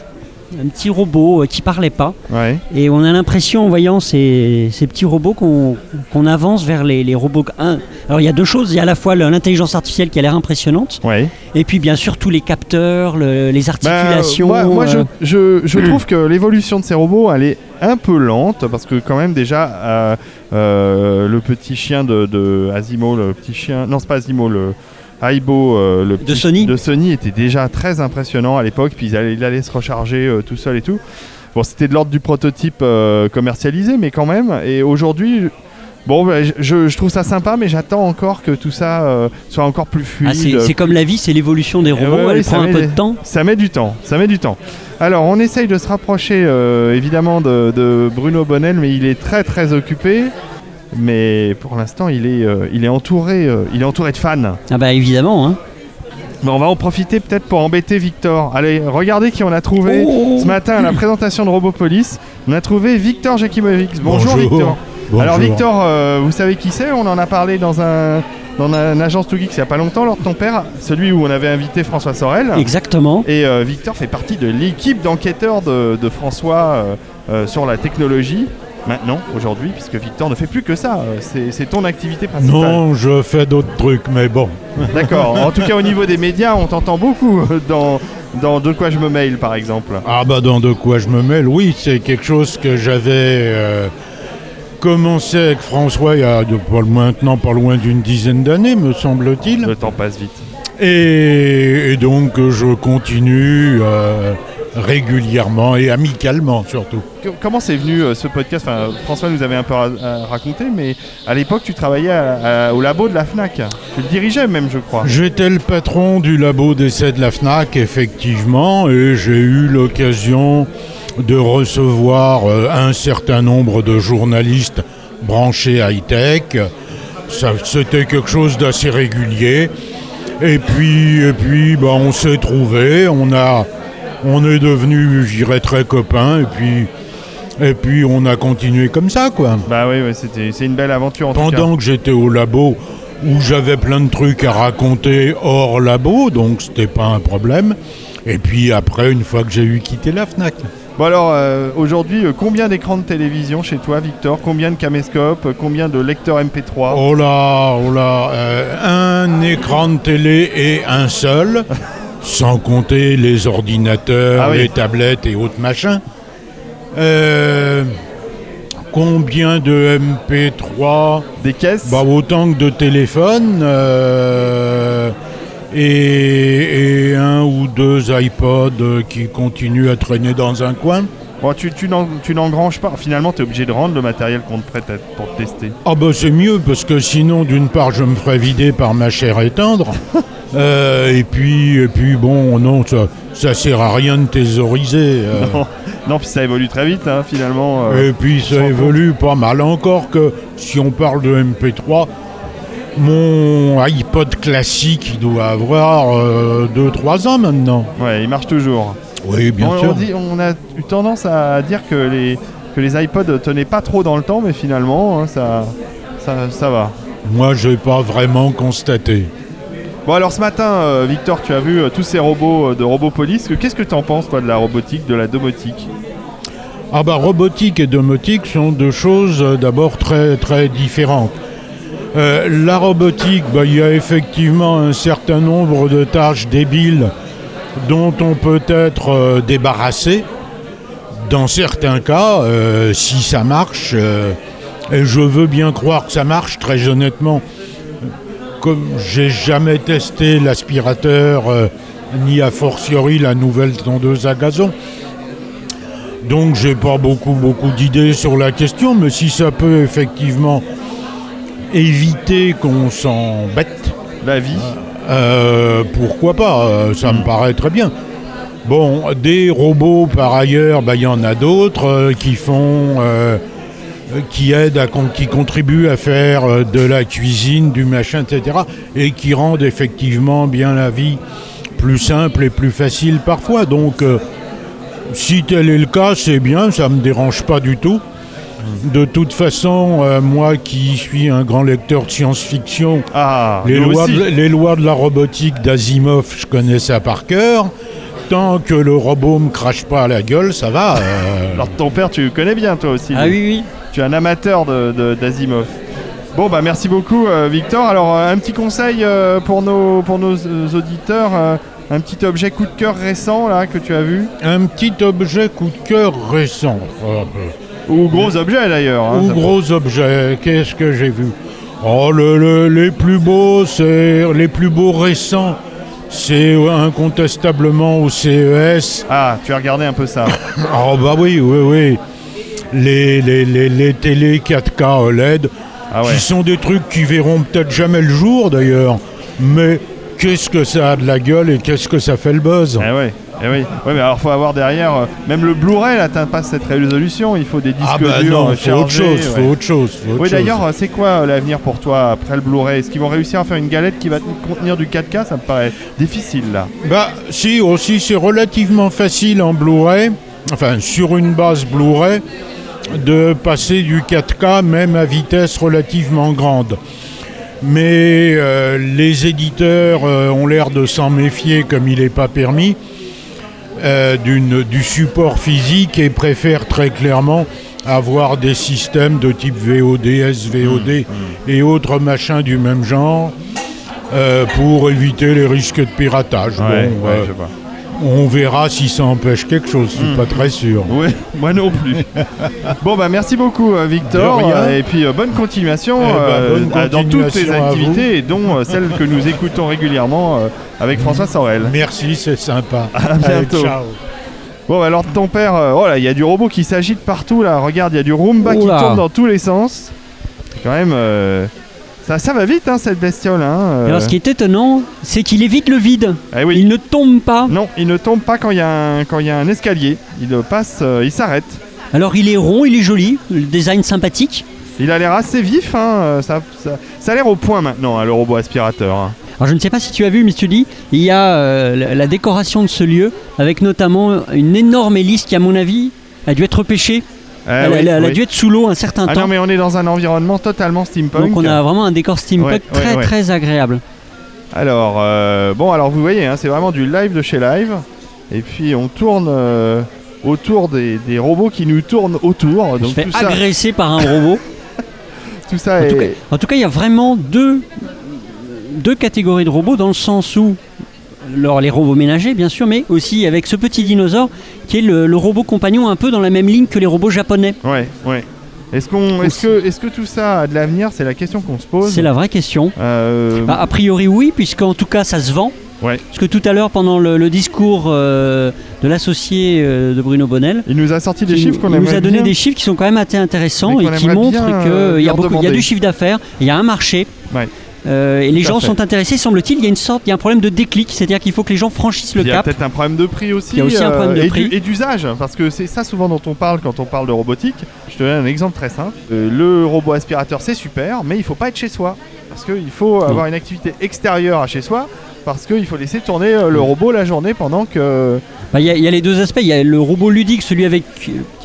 Speaker 1: un petit robot euh, qui parlait pas.
Speaker 2: Ouais.
Speaker 1: Et on a l'impression, en voyant ces, ces petits robots, qu'on qu'on avance vers les, les robots. un- Alors il y a deux choses. Il y a à la fois le- l'intelligence artificielle qui a l'air impressionnante,
Speaker 2: Ouais.
Speaker 1: et puis bien sûr tous les capteurs, le- les
Speaker 2: Bah,
Speaker 1: articulations.
Speaker 2: moi, moi, je,
Speaker 1: euh,
Speaker 2: je- je trouve que l'évolution de ces robots, elle est un peu lente, parce que quand même déjà, euh, euh, le petit chien de, de Asimo, le petit chien... Non, c'est pas Asimo, le... Aibo, euh, le petit-
Speaker 1: Sony.
Speaker 2: de Sony était déjà très impressionnant à l'époque, puis il allait, il allait se recharger euh, tout seul et tout. Bon, c'était de l'ordre du prototype euh, commercialisé, mais quand même. Et aujourd'hui, bon, bah, je, je trouve ça sympa, mais j'attends encore que tout ça euh, soit encore plus fluide.
Speaker 1: Ah, c'est c'est comme la vie, c'est l'évolution des robots,
Speaker 2: Eh ouais, ouais,
Speaker 1: elle
Speaker 2: ça
Speaker 1: prend un
Speaker 2: met
Speaker 1: peu
Speaker 2: des-
Speaker 1: de temps.
Speaker 2: Ça met du temps, ça met du temps. Alors, on essaye de se rapprocher euh, évidemment de, de Bruno Bonnel, mais il est très très occupé. Mais pour l'instant, il est, euh, il est entouré, euh, il est entouré de fans.
Speaker 1: Ah bah évidemment. Hein.
Speaker 2: Mais on va en profiter peut-être pour embêter Victor. Allez, regardez qui on a trouvé
Speaker 1: Oh
Speaker 2: ce matin à la présentation de Robopolis. On a trouvé Victor Jakimovic. Bonjour, Victor. Alors Victor, euh, vous savez qui c'est On en a parlé dans un dans un agence Too Geeks il n'y a pas longtemps lors de ton père, celui où on avait invité François Sorel.
Speaker 1: Exactement.
Speaker 2: Et euh, Victor fait partie de l'équipe d'enquêteurs de, de François euh, euh, sur la technologie, maintenant, aujourd'hui, puisque Victor ne fait plus que ça. Euh, C'est c'est ton activité principale.
Speaker 5: Non, je fais d'autres trucs, mais bon.
Speaker 2: D'accord. En tout cas, au niveau des médias, on t'entend beaucoup euh, dans, dans De quoi je me mail, par exemple.
Speaker 5: Ah bah dans de quoi je me mêle, oui, c'est quelque chose que j'avais euh, commencé avec François il y a de- pas loin- maintenant pas loin d'une dizaine d'années, me semble-t-il.
Speaker 2: Le temps passe vite.
Speaker 5: Et, et donc euh, je continue euh, régulièrement et amicalement surtout.
Speaker 2: Que- Comment c'est venu euh, ce podcast enfin, François nous avait un peu ra- euh, raconté, mais à l'époque, tu travaillais à- à- au labo de la FNAC. Tu le dirigeais même, je crois.
Speaker 5: J'étais le patron du labo d'essai de la FNAC, effectivement, et j'ai eu l'occasion de recevoir euh, un certain nombre de journalistes branchés high-tech. Ça, C'était quelque chose d'assez régulier. Et puis, et puis bah, on s'est trouvés, on, a, on est devenus, je dirais, très copains, et puis, et puis on a continué comme ça, quoi.
Speaker 2: Bah oui, ouais, c'était- c'est une belle aventure en tout cas.
Speaker 5: Pendant que j'étais au labo, où j'avais plein de trucs à raconter hors labo, donc c'était pas un problème. Et puis après, une fois que j'ai eu quitté la FNAC,
Speaker 2: Bon alors euh, aujourd'hui euh, combien d'écrans de télévision chez toi Victor Combien de caméscopes Euh, Combien de lecteurs MP3
Speaker 5: oh là, oh là, euh, un écran de télé et un seul, sans compter les ordinateurs,
Speaker 2: Ah oui.
Speaker 5: les tablettes et autres machins. Euh, combien de MP3
Speaker 2: Des caisses
Speaker 5: Bah, autant que de téléphones euh, et, et un ou deux iPods euh, qui continuent à traîner dans un coin.
Speaker 2: Bon, Tu, tu n'en- tu n'engranges pas. Finalement tu es obligé de rendre le matériel qu'on te prête à- pour te tester.
Speaker 5: Ah bah c'est mieux parce que sinon d'une part je me ferais vider par ma chère et tendre Euh, et puis, et puis bon, non, ça, ça sert à rien de thésauriser. euh.
Speaker 2: Non, non, puis ça évolue très vite, hein, finalement. euh.
Speaker 5: Et puis ça
Speaker 2: Sans
Speaker 5: évolue pas mal. Encore que si on parle de MP3, mon iPod classique, il doit avoir 2-3 ans maintenant.
Speaker 2: Ouais, il marche toujours.
Speaker 5: Oui, bien
Speaker 2: on, on
Speaker 5: sûr.
Speaker 2: dit- on a eu tendance à dire que les, que les iPods tenaient pas trop dans le temps, mais finalement, hein, ça, ça, ça va.
Speaker 5: Moi, je n'ai pas vraiment constaté.
Speaker 2: Bon, alors ce matin, euh, Victor, tu as vu euh, tous ces robots euh, de Robopolis. Que- Qu'est-ce que tu en penses, toi, de la robotique, de la domotique
Speaker 5: Ah bah robotique et domotique sont deux choses euh, d'abord très très différentes. Euh, la robotique, bah, il y a effectivement un certain nombre de tâches débiles dont on peut être euh, débarrassé. Dans certains cas, euh, si ça marche, euh, et je veux bien croire que ça marche, très honnêtement, comme j'ai jamais testé l'aspirateur, euh, ni a fortiori la nouvelle tondeuse à gazon, donc j'ai pas beaucoup beaucoup d'idées sur la question, mais si ça peut effectivement éviter qu'on s'embête,
Speaker 2: La vie
Speaker 5: euh, pourquoi pas euh, Ça me paraît très bien. Bon, des robots par ailleurs, bah, il y en a d'autres euh, qui font, euh, qui aident, à, con- qui contribuent à faire euh, de la cuisine, du machin, etc. Et qui rendent effectivement bien la vie plus simple et plus facile parfois. Donc, euh, si tel est le cas, c'est bien, ça me dérange pas du tout. De toute façon, euh, moi qui suis un grand lecteur de science-fiction,
Speaker 2: Ah,
Speaker 5: les
Speaker 2: nous
Speaker 5: lois,
Speaker 2: aussi.
Speaker 5: de, les lois de la robotique d'Asimov, je connais ça par cœur. Tant que le robot me crache pas à la gueule, ça va. euh.
Speaker 2: Alors ton père, tu connais bien, toi aussi.
Speaker 1: Ah oui, oui.
Speaker 2: Tu es un amateur de- de- d'Asimov. Bon, bah merci beaucoup, euh, Victor. Alors, euh, un petit conseil euh, pour nos, pour nos euh, auditeurs. euh, un petit objet coup de cœur récent, là, que tu as vu.
Speaker 5: Un petit objet coup de cœur récent. Euh,
Speaker 2: Ou gros objet, d'ailleurs. hein,
Speaker 5: Ou
Speaker 2: Ah, ça peut-
Speaker 5: gros objet, qu'est-ce que j'ai vu Oh, le- le- les plus beaux, c'est les plus beaux récents. C'est incontestablement au E CES
Speaker 2: Ah, tu as regardé un peu ça.
Speaker 5: Oh bah oui, oui, oui. Les, les, les, les télé 4K OLED,
Speaker 2: Ah ouais.
Speaker 5: E qui sont des trucs qui verront peut-être jamais le jour d'ailleurs, mais qu'est-ce que ça a de la gueule et qu'est-ce que ça fait le buzz
Speaker 2: Eh ouais, eh oui. Ouais, mais alors faut avoir derrière. euh, même le Blu-ray n'atteint pas cette résolution. Il faut des disques
Speaker 5: Ah bah
Speaker 2: durs
Speaker 5: non,
Speaker 2: euh,
Speaker 5: faut autre
Speaker 2: chargés,
Speaker 5: chose,
Speaker 2: ouais.
Speaker 5: faut autre chose, faut autre
Speaker 2: Oui,
Speaker 5: chose.
Speaker 2: d'ailleurs, euh, c'est quoi euh, l'avenir pour toi après le Blu-ray Est-ce qu'ils vont réussir à faire une galette qui va t- contenir du 4K Ça me paraît difficile là.
Speaker 5: Bah si, aussi c'est relativement facile en Blu-ray, enfin sur une base Blu-ray, de passer du 4K même à vitesse relativement grande. Mais euh, les éditeurs euh, ont l'air de s'en méfier comme il n'est pas permis euh, d'une- du support physique et préfèrent très clairement avoir des systèmes de type VOD, SVOD
Speaker 2: Mmh,
Speaker 5: et autres machins du même genre euh, pour éviter les risques de piratage. Bon, euh,
Speaker 2: je vois. Mmh.
Speaker 5: on verra si ça empêche quelque chose, je suis pas très sûr.
Speaker 2: Ouais, moi non plus. bon, bah merci beaucoup, euh, Victor.
Speaker 5: De rien.
Speaker 2: euh, Et puis euh, bonne continuation,
Speaker 5: Eh bah, bonne
Speaker 2: euh, dans toutes tes
Speaker 5: continuation à
Speaker 2: activités, et dont euh, celle que nous écoutons régulièrement euh, avec François Sorel.
Speaker 5: Merci, c'est sympa.
Speaker 2: À bientôt.
Speaker 5: Allez, ciao.
Speaker 2: Bon, bah, alors ton père, euh, oh là, il y a du robot qui s'agite partout là. Regarde, il y a du Roomba qui
Speaker 1: Oula.
Speaker 2: tourne dans tous les sens. C'est Quand même, euh, ça, ça va vite hein, cette bestiole. Hein, euh.
Speaker 1: Et Alors, ce qui est étonnant, c'est qu'il évite le vide.
Speaker 2: Eh oui.
Speaker 1: Il ne tombe pas.
Speaker 2: Non, il ne tombe pas quand il y a un, quand il y a un escalier. Il euh, passe, euh, il s'arrête.
Speaker 1: Alors, il est rond, il est joli, le design sympathique.
Speaker 2: Il a l'air assez vif. hein, euh, ça, ça, ça a l'air au point maintenant, hein, le robot aspirateur. hein.
Speaker 1: Alors, je ne sais pas si tu as vu, mais tu dis, il y a euh, la, la décoration de ce lieu, avec notamment une énorme hélice qui, à mon avis, a dû être pêchée.
Speaker 2: Eh
Speaker 1: elle,
Speaker 2: oui,
Speaker 1: elle- elle a
Speaker 2: oui.
Speaker 1: dû être sous l'eau un certain
Speaker 2: Ah
Speaker 1: temps.
Speaker 2: non, mais on est dans un environnement totalement steampunk.
Speaker 1: Donc, on a vraiment un décor steampunk
Speaker 2: Ouais, ouais,
Speaker 1: très
Speaker 2: ouais.
Speaker 1: très agréable.
Speaker 2: Alors, euh, bon, alors vous voyez, hein, c'est vraiment du live de chez live. Et puis on tourne euh, autour des, des robots qui nous tournent autour.
Speaker 1: On
Speaker 2: Donc
Speaker 1: se fait
Speaker 2: tout ça,
Speaker 1: agresser par un robot.
Speaker 2: tout ça
Speaker 1: En
Speaker 2: est.
Speaker 1: tout, cas, en tout cas, il y a vraiment deux, deux catégories de robots dans le sens où alors les robots ménagers bien sûr, mais aussi avec ce petit dinosaure qui est le, le robot compagnon un peu dans la même ligne que les robots japonais.
Speaker 2: Ouais, ouais. Est-ce qu'on, est-ce que, est-ce que tout ça a de l'avenir C'est la question qu'on se pose.
Speaker 1: C'est la vraie question.
Speaker 2: Euh,
Speaker 1: Bah, a priori oui, puisqu'en tout cas ça se vend.
Speaker 2: Ouais.
Speaker 1: Parce que tout à l'heure pendant le, le discours euh, de l'associé euh, de Bruno Bonnel,
Speaker 2: Il nous a sorti des
Speaker 1: qui
Speaker 2: chiffres qu'on
Speaker 1: nous
Speaker 2: aimerait
Speaker 1: a donné
Speaker 2: bien.
Speaker 1: des chiffres qui sont quand même assez intéressants
Speaker 2: Mais
Speaker 1: et
Speaker 2: qu'on
Speaker 1: qui
Speaker 2: aimerait
Speaker 1: montrent
Speaker 2: bien,
Speaker 1: qu'il
Speaker 2: euh,
Speaker 1: y, a
Speaker 2: leur
Speaker 1: beaucoup- il y a
Speaker 2: demander.
Speaker 1: du chiffre d'affaires, il y a un marché.
Speaker 2: Ouais.
Speaker 1: Euh, et les
Speaker 2: Tout à
Speaker 1: gens
Speaker 2: fait.
Speaker 1: sont intéressés, semble-t-il. Il y a une sorte, il y a un problème de déclic, c'est-à-dire qu'il faut que les gens franchissent le
Speaker 2: Il y a
Speaker 1: cap.
Speaker 2: peut-être un problème de prix aussi. euh,
Speaker 1: Il y a aussi un problème de
Speaker 2: et
Speaker 1: prix.
Speaker 2: Du, et d'usage, parce que c'est ça souvent dont on parle quand on parle de robotique. Je te donne un exemple très simple. Euh, le robot aspirateur, c'est super, mais il faut pas être chez soi. Parce qu'il faut avoir une activité extérieure à chez soi. Parce qu'il faut laisser tourner euh, le robot la journée pendant que.
Speaker 1: Bah, Il y, a- il y a les deux aspects. Il y a le robot ludique, celui avec,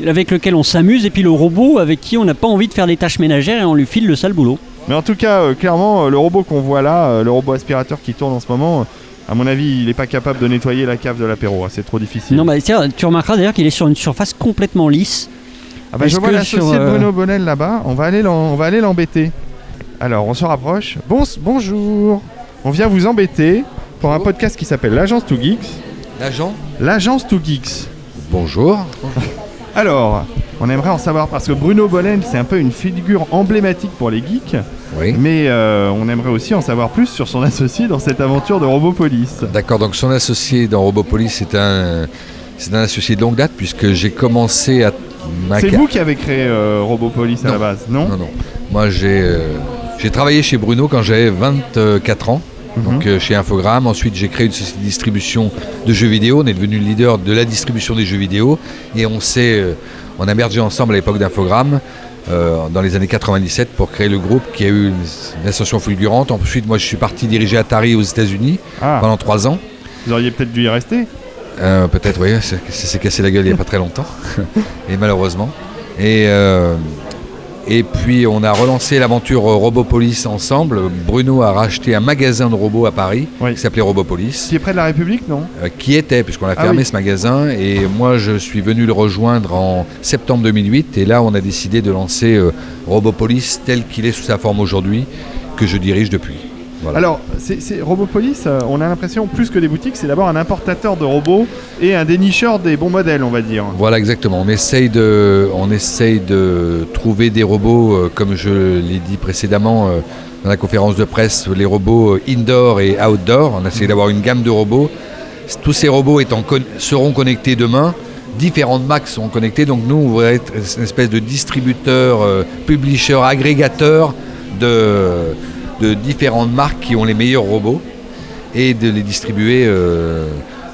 Speaker 1: avec lequel on s'amuse, et puis le robot avec qui on n'a pas envie de faire des tâches ménagères et on lui file le sale boulot.
Speaker 2: Mais en tout cas, euh, clairement, euh, le robot qu'on voit là, euh, le robot aspirateur qui tourne en ce moment, euh, à mon avis, il n'est pas capable de nettoyer la cave de l'apéro. hein, C'est trop difficile.
Speaker 1: Non, bah, tiens, tu remarqueras d'ailleurs qu'il est sur une surface complètement lisse.
Speaker 2: Ah bah, je
Speaker 1: Est-ce
Speaker 2: vois
Speaker 1: que
Speaker 2: l'associé
Speaker 1: sur,
Speaker 2: de
Speaker 1: euh,
Speaker 2: Bruno Bonnel là-bas, on va aller l'en- on va aller l'embêter. Alors on se rapproche. Bon, bonjour. On vient vous embêter pour un podcast qui s'appelle l'Agence to Geeks.
Speaker 6: L'agent
Speaker 2: L'Agence to Geeks.
Speaker 6: Bonjour.
Speaker 2: Alors, on aimerait en savoir parce que Bruno Bonnel, c'est un peu une figure emblématique pour les geeks,
Speaker 6: Oui.
Speaker 2: mais euh, on aimerait aussi en savoir plus sur son associé dans cette aventure de Robopolis.
Speaker 6: D'accord, donc son associé dans Robopolis, c'est un, c'est un associé de longue date puisque j'ai commencé à... ma
Speaker 2: C'est
Speaker 6: car-
Speaker 2: vous qui avez créé euh, Robopolis à
Speaker 6: Non.
Speaker 2: la base, non,
Speaker 6: Non, non. Moi, j'ai euh, j'ai travaillé chez Bruno quand j'avais 24 ans,
Speaker 2: Mhm.
Speaker 6: donc euh, chez Infogrames. Ensuite, j'ai créé une société de distribution de jeux vidéo. On est devenu leader de la distribution des jeux vidéo. Et on s'est... euh, on a mergé ensemble à l'époque d'Infogrames. euh, dans les années 97 pour créer le groupe qui a eu une, une ascension fulgurante. Ensuite, moi, je suis parti diriger Atari aux États-Unis
Speaker 2: Ah,
Speaker 6: pendant trois ans.
Speaker 2: vous auriez peut-être dû y rester.
Speaker 6: Euh, Peut-être, oui, c'est c'est- c'est cassé la gueule il n'y a pas très longtemps, et malheureusement. Et, euh, et puis on a relancé l'aventure euh, Robopolis ensemble. Bruno a racheté un magasin de robots à Paris
Speaker 2: Oui.
Speaker 6: qui s'appelait Robopolis,
Speaker 2: Qui est près de la République, non
Speaker 6: euh, qui était, puisqu'on a
Speaker 2: Ah
Speaker 6: fermé
Speaker 2: oui.
Speaker 6: ce magasin, et moi je suis venu le rejoindre en septembre 2008, et là on a décidé de lancer euh, Robopolis tel qu'il est sous sa forme aujourd'hui, que je dirige depuis. Voilà.
Speaker 2: Alors, c'est c'est- Robopolis, euh, on a l'impression, plus que des boutiques, c'est d'abord un importateur de robots et un dénicheur des bons modèles, on va dire.
Speaker 6: Voilà exactement, on essaye de, on essaye de trouver des robots, euh, comme je l'ai dit précédemment euh, dans la conférence de presse, les robots euh, indoor et outdoor, on essaye d'avoir une gamme de robots. S- Tous ces robots étant con- seront connectés demain, différentes marques seront connectées, donc nous on voudrait être une espèce de distributeur, euh, publisher, agrégateur de, de différentes marques qui ont les meilleurs robots et de les distribuer euh,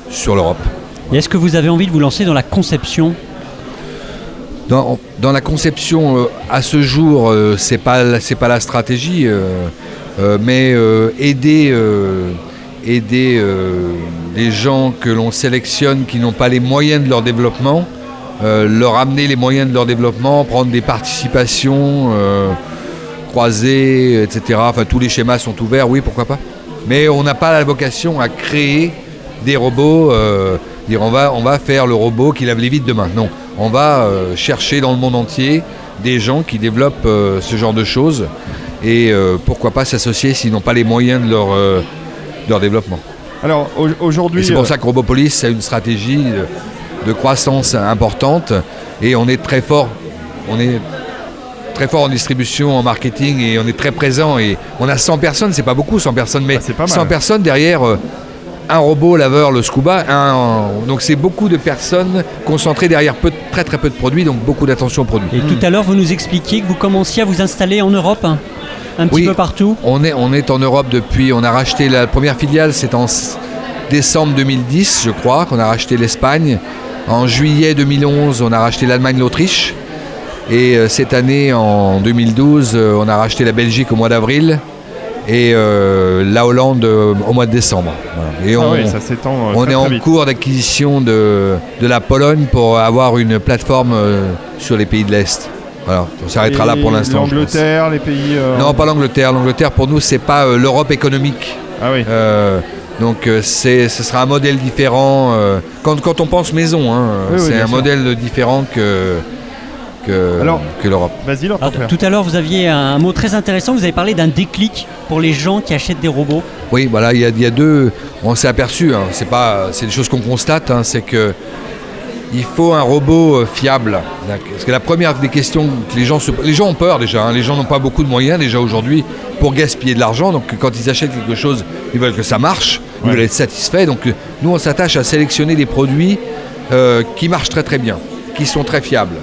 Speaker 6: sur l'Europe.
Speaker 1: Et est-ce que vous avez envie de vous lancer dans la conception
Speaker 6: Dans, dans la conception, euh, à ce jour, euh, c'est pas la- c'est pas la stratégie, euh, euh, mais euh, aider euh, aider euh, les gens que l'on sélectionne qui n'ont pas les moyens de leur développement, euh, leur amener les moyens de leur développement, prendre des participations euh, croisées, etc. Enfin, tous les schémas sont ouverts, oui, pourquoi pas. Mais on n'a pas la vocation à créer des robots, euh, dire on va, on va faire le robot qui lave les vides demain. Non, on va euh, chercher dans le monde entier des gens qui développent euh, ce genre de choses et euh, pourquoi pas s'associer s'ils n'ont pas les moyens de leur, euh, de leur développement.
Speaker 2: Alors, au-
Speaker 6: Et
Speaker 2: aujourd'hui,
Speaker 6: c'est
Speaker 2: euh,
Speaker 6: pour ça que Robopolis a une stratégie de, de croissance importante et on est très fort. On est très fort en distribution, en marketing et on est très présent et on a 100 personnes, c'est pas beaucoup 100 personnes mais
Speaker 2: Bah, c'est pas mal.
Speaker 6: 100 personnes derrière euh, un robot laveur le scuba, un- donc c'est beaucoup de personnes concentrées derrière peu de- très très peu de produits donc beaucoup d'attention aux produits.
Speaker 1: Et tout à l'heure, vous nous expliquiez que vous commenciez à vous installer en Europe, hein, un petit
Speaker 6: Oui.
Speaker 1: peu partout.
Speaker 6: On est, on est en Europe depuis, on a racheté la première filiale, c'est en s- décembre 2010, je crois, qu'on a racheté l'Espagne. En juillet 2011, on a racheté l'Allemagne, l'Autriche. Et euh, cette année, en 2012, euh, on a racheté la Belgique au mois d'avril et euh, la Hollande euh, au mois de décembre. Voilà. Et
Speaker 2: ah
Speaker 6: on,
Speaker 2: ouais, ça s'étend. euh,
Speaker 6: on
Speaker 2: très, très
Speaker 6: est en
Speaker 2: vite.
Speaker 6: cours d'acquisition de, de la Pologne pour avoir une plateforme euh, sur les pays de l'Est. Voilà, on s'arrêtera là pour
Speaker 2: Et
Speaker 6: l'instant. je pense.
Speaker 2: L'Angleterre, les pays. euh,
Speaker 6: Non, pas l'Angleterre. L'Angleterre, pour nous, c'est pas euh, l'Europe économique.
Speaker 2: Ah oui.
Speaker 6: Euh, donc, euh, c'est, ce sera un modèle différent. euh, quand, quand on pense maison, hein, euh,
Speaker 2: Oui, oui,
Speaker 6: c'est
Speaker 2: bien
Speaker 6: un
Speaker 2: sûr.
Speaker 6: modèle différent que, que,
Speaker 2: Alors-
Speaker 6: que l'Europe.
Speaker 2: Vas-y, leur
Speaker 6: ah,
Speaker 1: Alors,
Speaker 2: confère.
Speaker 1: tout à l'heure, vous aviez un mot très intéressant, vous avez parlé d'un déclic pour les gens qui achètent des robots.
Speaker 6: Oui, voilà, il y, a- il y a deux. On s'est aperçu, hein, c'est pas, c'est des choses qu'on constate, hein, c'est que il faut un robot euh, fiable. Parce que la première des questions que les gens se, les gens ont peur déjà. hein, les gens n'ont pas beaucoup de moyens déjà aujourd'hui pour gaspiller de l'argent. Donc quand ils achètent quelque chose, ils veulent que ça marche, ils
Speaker 2: Ouais.
Speaker 6: veulent être satisfaits. Donc euh, nous, on s'attache à sélectionner des produits euh, qui marchent très très bien, qui sont très fiables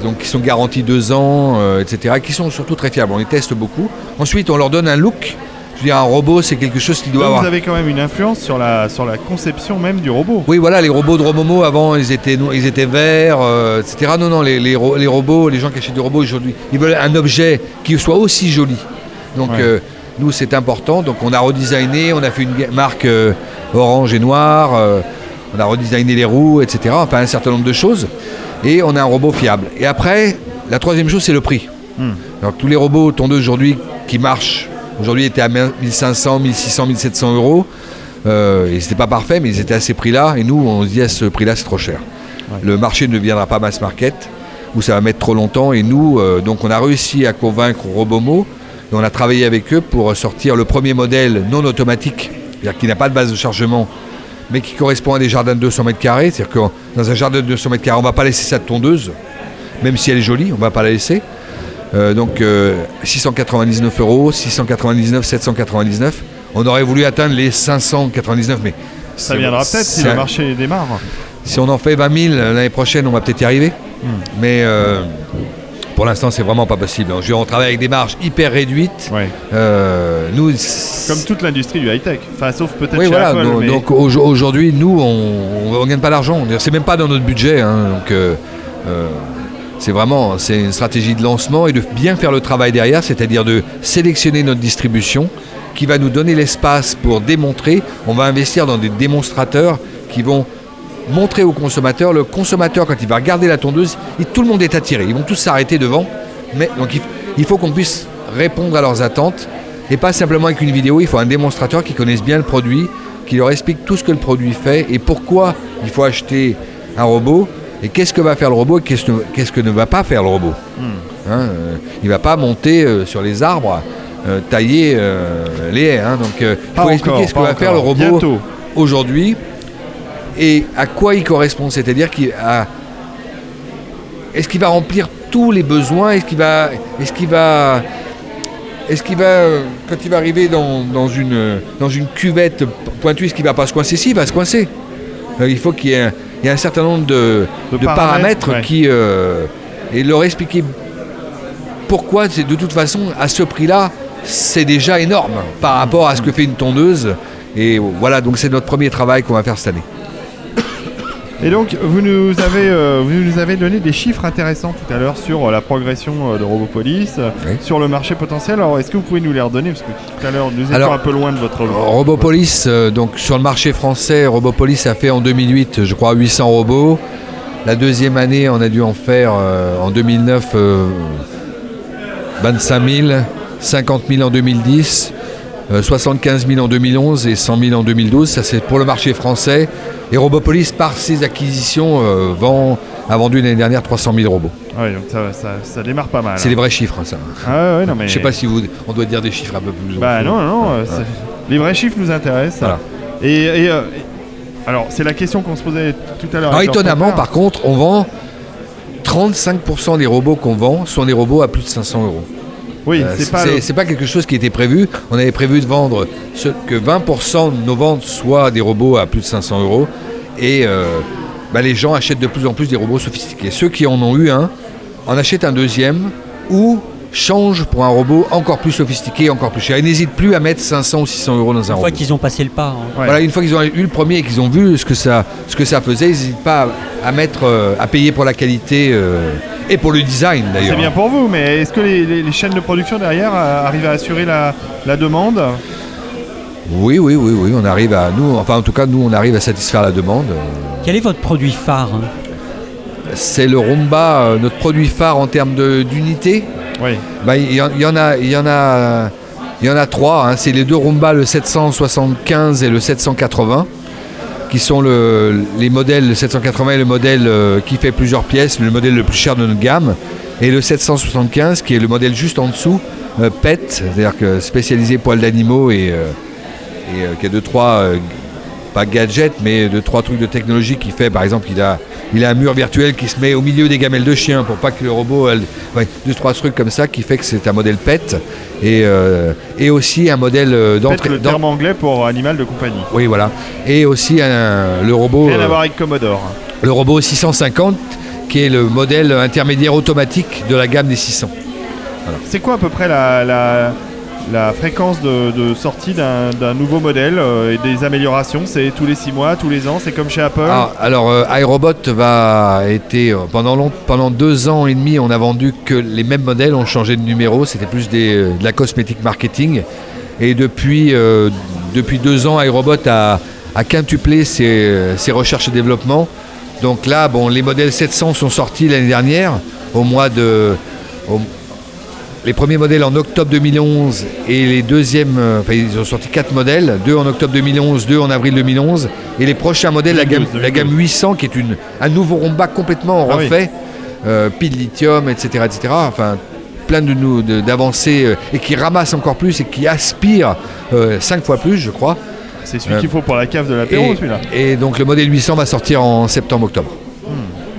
Speaker 6: donc qui sont garantis deux ans, euh, etc., qui sont surtout très fiables. On les teste beaucoup. Ensuite, on leur donne un look Je veux dire, un robot, c'est quelque chose qui doit
Speaker 2: Donc,
Speaker 6: avoir.
Speaker 2: Vous avez quand même une influence sur la, sur la conception même du robot.
Speaker 6: Oui, voilà, les robots de Romomo, avant, ils étaient, no- ils étaient verts, euh, etc. Non, non, les, les ro- les robots, les gens qui achètent du robot aujourd'hui, ils veulent un objet qui soit aussi joli. Donc,
Speaker 2: Ouais.
Speaker 6: euh, nous, c'est important. Donc, on a redesigné, on a fait une ga- marque euh, orange et noire, euh, on a redesigné les roues, etc. Enfin, un certain nombre de choses. Et on a un robot fiable. Et après, la troisième chose, c'est le prix. Alors que tous les robots tondeux aujourd'hui qui marchent, aujourd'hui étaient à 1500, 1600, 1700 euros. Euh, et c'était pas parfait, mais ils étaient à ces prix-là. Et nous, on se dit à ce prix-là, c'est trop cher. Le marché ne deviendra pas mass market, où ça va mettre trop longtemps. Et nous, euh, donc, on a réussi à convaincre Robomo. Et on a travaillé avec eux pour sortir le premier modèle non automatique, c'est-à-dire qui n'a pas de base de chargement, mais qui correspond à des jardins de 200 mètres carrés. C'est-à-dire que dans un jardin de 200 mètres carrés, on ne va pas laisser sa tondeuse, même si elle est jolie, on ne va pas la laisser. Euh, donc euh, 699 euros, 699, 799. On aurait voulu atteindre les 599, mais
Speaker 2: Ça viendra peut-être si le marché démarre.
Speaker 6: si on en fait 20 000 euh, l'année prochaine, on va peut-être y arriver.
Speaker 2: Hmm.
Speaker 6: Mais euh, pour l'instant, c'est vraiment pas possible. Je veux dire, on travaille avec des marges hyper réduites.
Speaker 2: Ouais.
Speaker 6: Euh, nous,
Speaker 2: Comme toute l'industrie du high-tech. Enfin, sauf peut-être
Speaker 6: oui,
Speaker 2: chez
Speaker 6: voilà.
Speaker 2: Apple,
Speaker 6: donc
Speaker 2: mais
Speaker 6: donc, au- aujourd'hui, nous, on ne gagne pas d'argent. C'est même pas dans notre budget. hein. donc, euh, euh, c'est vraiment c'est une stratégie de lancement et de bien faire le travail derrière, c'est-à-dire de sélectionner notre distribution qui va nous donner l'espace pour démontrer. On va investir dans des démonstrateurs qui vont montrer au consommateur. Le consommateur, quand il va regarder la tondeuse, il- tout le monde est attiré. Ils vont tous s'arrêter devant. Mais, donc, il, il faut qu'on puisse répondre à leurs attentes et pas simplement avec une vidéo. Il faut un démonstrateur qui connaisse bien le produit, qui leur explique tout ce que le produit fait et pourquoi il faut acheter un robot et qu'est-ce que va faire le robot et qu'est-ce que- qu'est-ce que ne va pas faire le robot.
Speaker 2: Hmm.
Speaker 6: Hein, euh, il ne va pas monter euh, sur les arbres, euh, tailler euh, les haies. hein. donc, euh, il
Speaker 2: Pas
Speaker 6: faut
Speaker 2: encore,
Speaker 6: expliquer ce que
Speaker 2: pas
Speaker 6: va faire le
Speaker 2: encore.
Speaker 6: robot
Speaker 2: Bientôt.
Speaker 6: aujourd'hui et à quoi il correspond. C'est-à-dire qu'il a- est-ce qu'il va remplir tous les besoins Est-ce qu'il va, est-ce qu'il va, est-ce qu'il va, euh, quand il va arriver dans, dans une euh, dans une cuvette pointue, est-ce qu'il va pas se coincer Si, il va se coincer. Euh, il faut qu'il y ait un, il y a un certain nombre de,
Speaker 2: De
Speaker 6: de
Speaker 2: paramètres,
Speaker 6: paramètres,
Speaker 2: ouais.
Speaker 6: qui euh, et leur expliquer pourquoi c'est de toute façon à ce prix-là, c'est déjà énorme par rapport à ce que fait une tondeuse. Et voilà, donc c'est notre premier travail qu'on va faire cette année.
Speaker 2: Et donc, vous nous, avez, euh, vous nous avez donné des chiffres intéressants tout à l'heure sur euh, la progression euh, de Robopolis, euh,
Speaker 6: Oui.
Speaker 2: sur le marché potentiel. Alors, est-ce que vous pouvez nous les redonner Parce que tout à l'heure, nous étions
Speaker 6: Alors,
Speaker 2: un peu loin de votre.
Speaker 6: Robopolis, euh, donc sur le marché français, Robopolis a fait en 2008, je crois, 800 robots. La deuxième année, on a dû en faire euh, en 2009 euh, 25 000, 50 000 en 2010, euh, 75 000 en 2011 et 100 000 en 2012. Ça, c'est pour le marché français. Et Robopolis, par ses acquisitions, euh, vend- a vendu l'année dernière 300 000 robots.
Speaker 2: Ouais, donc ça, ça- ça démarre pas mal.
Speaker 6: C'est
Speaker 2: hein.
Speaker 6: les vrais chiffres, hein, ça.
Speaker 2: Ah ouais, non, mais...
Speaker 6: Je sais pas si vous, on doit dire des chiffres un peu plus.
Speaker 2: Bah non, non, euh,
Speaker 6: Ouais.
Speaker 2: c'est- les vrais chiffres nous intéressent.
Speaker 6: Voilà.
Speaker 2: Et, et, euh, et- alors, c'est la question qu'on se posait tout à l'heure.
Speaker 6: Alors
Speaker 2: avec leur
Speaker 6: Ah, étonnamment,
Speaker 2: compteur.
Speaker 6: par contre, on vend 35% des robots qu'on vend sont des robots à plus de 500 euros.
Speaker 2: oui,
Speaker 6: Euh,
Speaker 2: c'est pas.
Speaker 6: c'est-
Speaker 2: le-
Speaker 6: c'est pas quelque chose qui était prévu. On avait prévu de vendre ce, que 20% de nos ventes soient des robots à plus de 500 euros. Et euh, bah, les gens achètent de plus en plus des robots sophistiqués. Ceux qui en ont eu un en achètent un deuxième ou changent pour un robot encore plus sophistiqué, encore plus cher. Ils n'hésitent plus à mettre 500 ou 600 euros dans un
Speaker 1: Une
Speaker 6: robot.
Speaker 1: fois qu'ils ont passé le pas. hein.
Speaker 2: Ouais.
Speaker 6: Voilà, une fois qu'ils ont eu le premier et qu'ils ont vu ce que ça, ce que ça faisait, ils n'hésitent pas à, à mettre, euh, à payer pour la qualité euh, et pour le design
Speaker 2: C'est
Speaker 6: d'ailleurs.
Speaker 2: bien pour vous, mais est-ce que les, les- les chaînes de production derrière euh, arrivent à assurer la, la demande
Speaker 6: Oui, oui, oui, oui, on arrive à nous, enfin en tout cas nous on arrive à satisfaire la demande. Euh,
Speaker 1: Quel est votre produit phare hein
Speaker 6: C'est le Roomba, euh, notre produit phare en termes de- d'unité.
Speaker 2: Oui.
Speaker 6: Bah, Il y, en- il y en a, il y en a, il y en a trois. hein. C'est les deux Roomba, le 775 et le 780, qui sont le- les modèles. Le 780 est le modèle euh, qui fait plusieurs pièces, le modèle le plus cher de notre gamme, et le 775 qui est le modèle juste en dessous, euh, PET, c'est-à-dire que spécialisé poils d'animaux et, euh, et, euh, qui a deux trois euh, pas gadgets, mais deux trois trucs de technologie qui fait, par exemple, il a, il a un mur virtuel qui se met au milieu des gamelles de chiens pour pas que le robot, elle- ouais, deux trois trucs comme ça qui fait que c'est un modèle PET et, euh, et aussi un modèle euh,
Speaker 2: Peut-être
Speaker 6: d'entrée.
Speaker 2: le
Speaker 6: d'en-
Speaker 2: terme anglais pour animal de compagnie.
Speaker 6: Oui, voilà. Et aussi un- le robot,
Speaker 2: Rien à
Speaker 6: euh,
Speaker 2: voir avec Commodore.
Speaker 6: le robot 650 qui est le modèle intermédiaire automatique de la gamme des 600.
Speaker 2: C'est quoi à peu près la, la, la fréquence de, de sortie d'un d'un nouveau modèle euh, et des améliorations. C'est tous les 6 mois, tous les ans, c'est comme chez Apple.
Speaker 6: Ah, alors, euh, iRobot va été euh, pendant long- pendant deux ans et demi, on a vendu que les mêmes modèles, on changeait de numéro, c'était plus des, euh, de la cosmétique marketing. Et depuis euh, depuis deux ans, iRobot a, a quintuplé ses, euh, ses recherches et développements. Donc là, bon, les modèles 700 sont sortis l'année dernière, au mois de au- les premiers modèles en octobre 2011 et les deuxièmes, euh, enfin ils ont sorti quatre modèles, deux en octobre 2011, deux en avril 2011, et les prochains modèles, la gamme,
Speaker 2: Windows,
Speaker 6: la gamme 800 qui est une, un nouveau Romba complètement
Speaker 2: Ah oui.
Speaker 6: refait, euh, pile lithium, etc., etc. Enfin, plein de nou- de- d'avancées euh, et qui ramasse encore plus et qui aspire euh, cinq fois plus, je crois.
Speaker 2: C'est celui
Speaker 6: Euh,
Speaker 2: qu'il faut pour la cave de l'apéro,
Speaker 6: Et,
Speaker 2: celui-là.
Speaker 6: et donc le modèle 800 va sortir en septembre-octobre.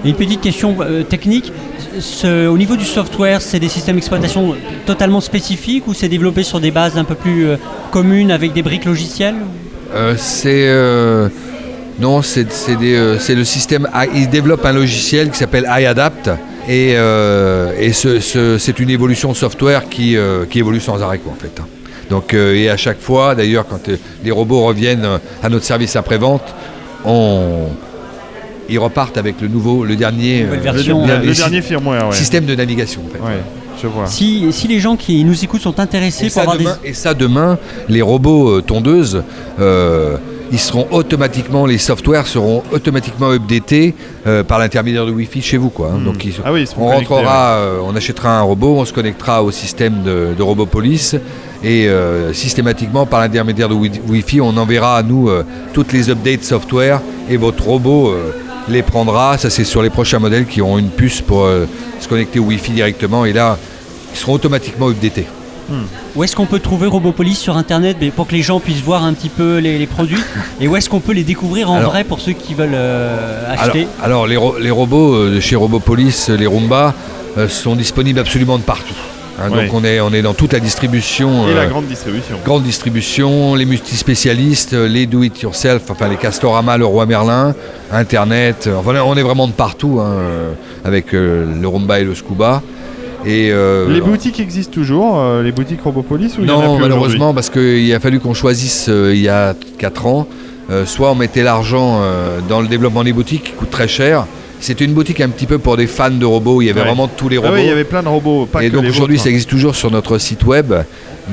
Speaker 1: Et Une petite question euh, technique. Ce- au niveau du software, c'est des systèmes d'exploitation totalement spécifiques ou c'est développé sur des bases un peu plus euh, communes avec des briques logicielles
Speaker 6: Euh, c'est euh, non, c'est c'est des, euh, c'est le système. I- Ils développent un logiciel qui s'appelle iAdapt et, euh, et ce- ce- c'est une évolution de software qui, euh, qui évolue sans arrêt quoi, en fait. hein. Donc euh, et à chaque fois, d'ailleurs, quand euh, les robots reviennent euh, à notre service après vente, on ils repartent avec le nouveau, le dernier,
Speaker 1: Nouvelle
Speaker 6: euh,
Speaker 2: Le,
Speaker 1: version,
Speaker 6: le
Speaker 2: le
Speaker 6: dernier sy-
Speaker 2: dernier firmware, ouais.
Speaker 6: système de navigation. En fait.
Speaker 2: Ouais, je vois.
Speaker 1: si, si les gens qui nous écoutent sont intéressés
Speaker 6: Et
Speaker 1: pour
Speaker 6: ça,
Speaker 1: avoir
Speaker 6: demain, et ça, demain, les robots euh, tondeuses, euh, ils seront automatiquement, les softwares seront automatiquement updatés euh, par l'intermédiaire de Wi-Fi chez vous. Quoi, hein. Donc, ils-
Speaker 2: Ah oui, ils seront
Speaker 6: on
Speaker 2: connectés,
Speaker 6: rentrera, euh, on achètera un robot, on se connectera au système de, de Robopolis et euh, systématiquement, par l'intermédiaire de Wi- Wi-Fi, on enverra à nous euh, toutes les updates software et votre robot. euh, les prendra, ça c'est sur les prochains modèles qui auront une puce pour euh, se connecter au Wi-Fi directement et là ils seront automatiquement updatés.
Speaker 1: des... Où est-ce qu'on peut trouver Robopolis sur Internet mais pour que les gens puissent voir un petit peu les, les produits Et où est-ce qu'on peut les découvrir en
Speaker 6: Alors-
Speaker 1: vrai pour ceux qui veulent euh,
Speaker 6: Alors,
Speaker 1: acheter
Speaker 6: alors, les, ro- les robots euh, de chez Robopolis, euh, les Roomba, euh, sont disponibles absolument de partout. Hein,
Speaker 2: Ouais.
Speaker 6: Donc on est, on est dans toute la distribution.
Speaker 2: Et
Speaker 6: euh,
Speaker 2: la grande distribution.
Speaker 6: grande distribution, les multispécialistes, euh, les do-it-yourself, enfin les Castorama, le Roi Merlin, Internet, euh, enfin on est vraiment de partout hein, euh, avec euh, le Roomba et le Scuba. Et, euh,
Speaker 2: Les boutiques existent toujours, euh, les boutiques Robopolis ou il y en a
Speaker 6: non,
Speaker 2: plus
Speaker 6: malheureusement, parce qu'il a fallu qu'on choisisse euh, il y a 4 ans. Euh, soit on mettait l'argent euh, dans le développement des boutiques qui coûte très cher. C'était une boutique un petit peu pour des fans de robots. Il y avait
Speaker 2: Ouais.
Speaker 6: vraiment tous les
Speaker 2: aujourd'hui Ah
Speaker 6: robots.
Speaker 2: oui, il y avait plein de robots, pas
Speaker 6: Et
Speaker 2: que
Speaker 6: donc
Speaker 2: les
Speaker 6: aujourd'hui,
Speaker 2: vôtres. hein.
Speaker 6: ça existe toujours sur notre site web,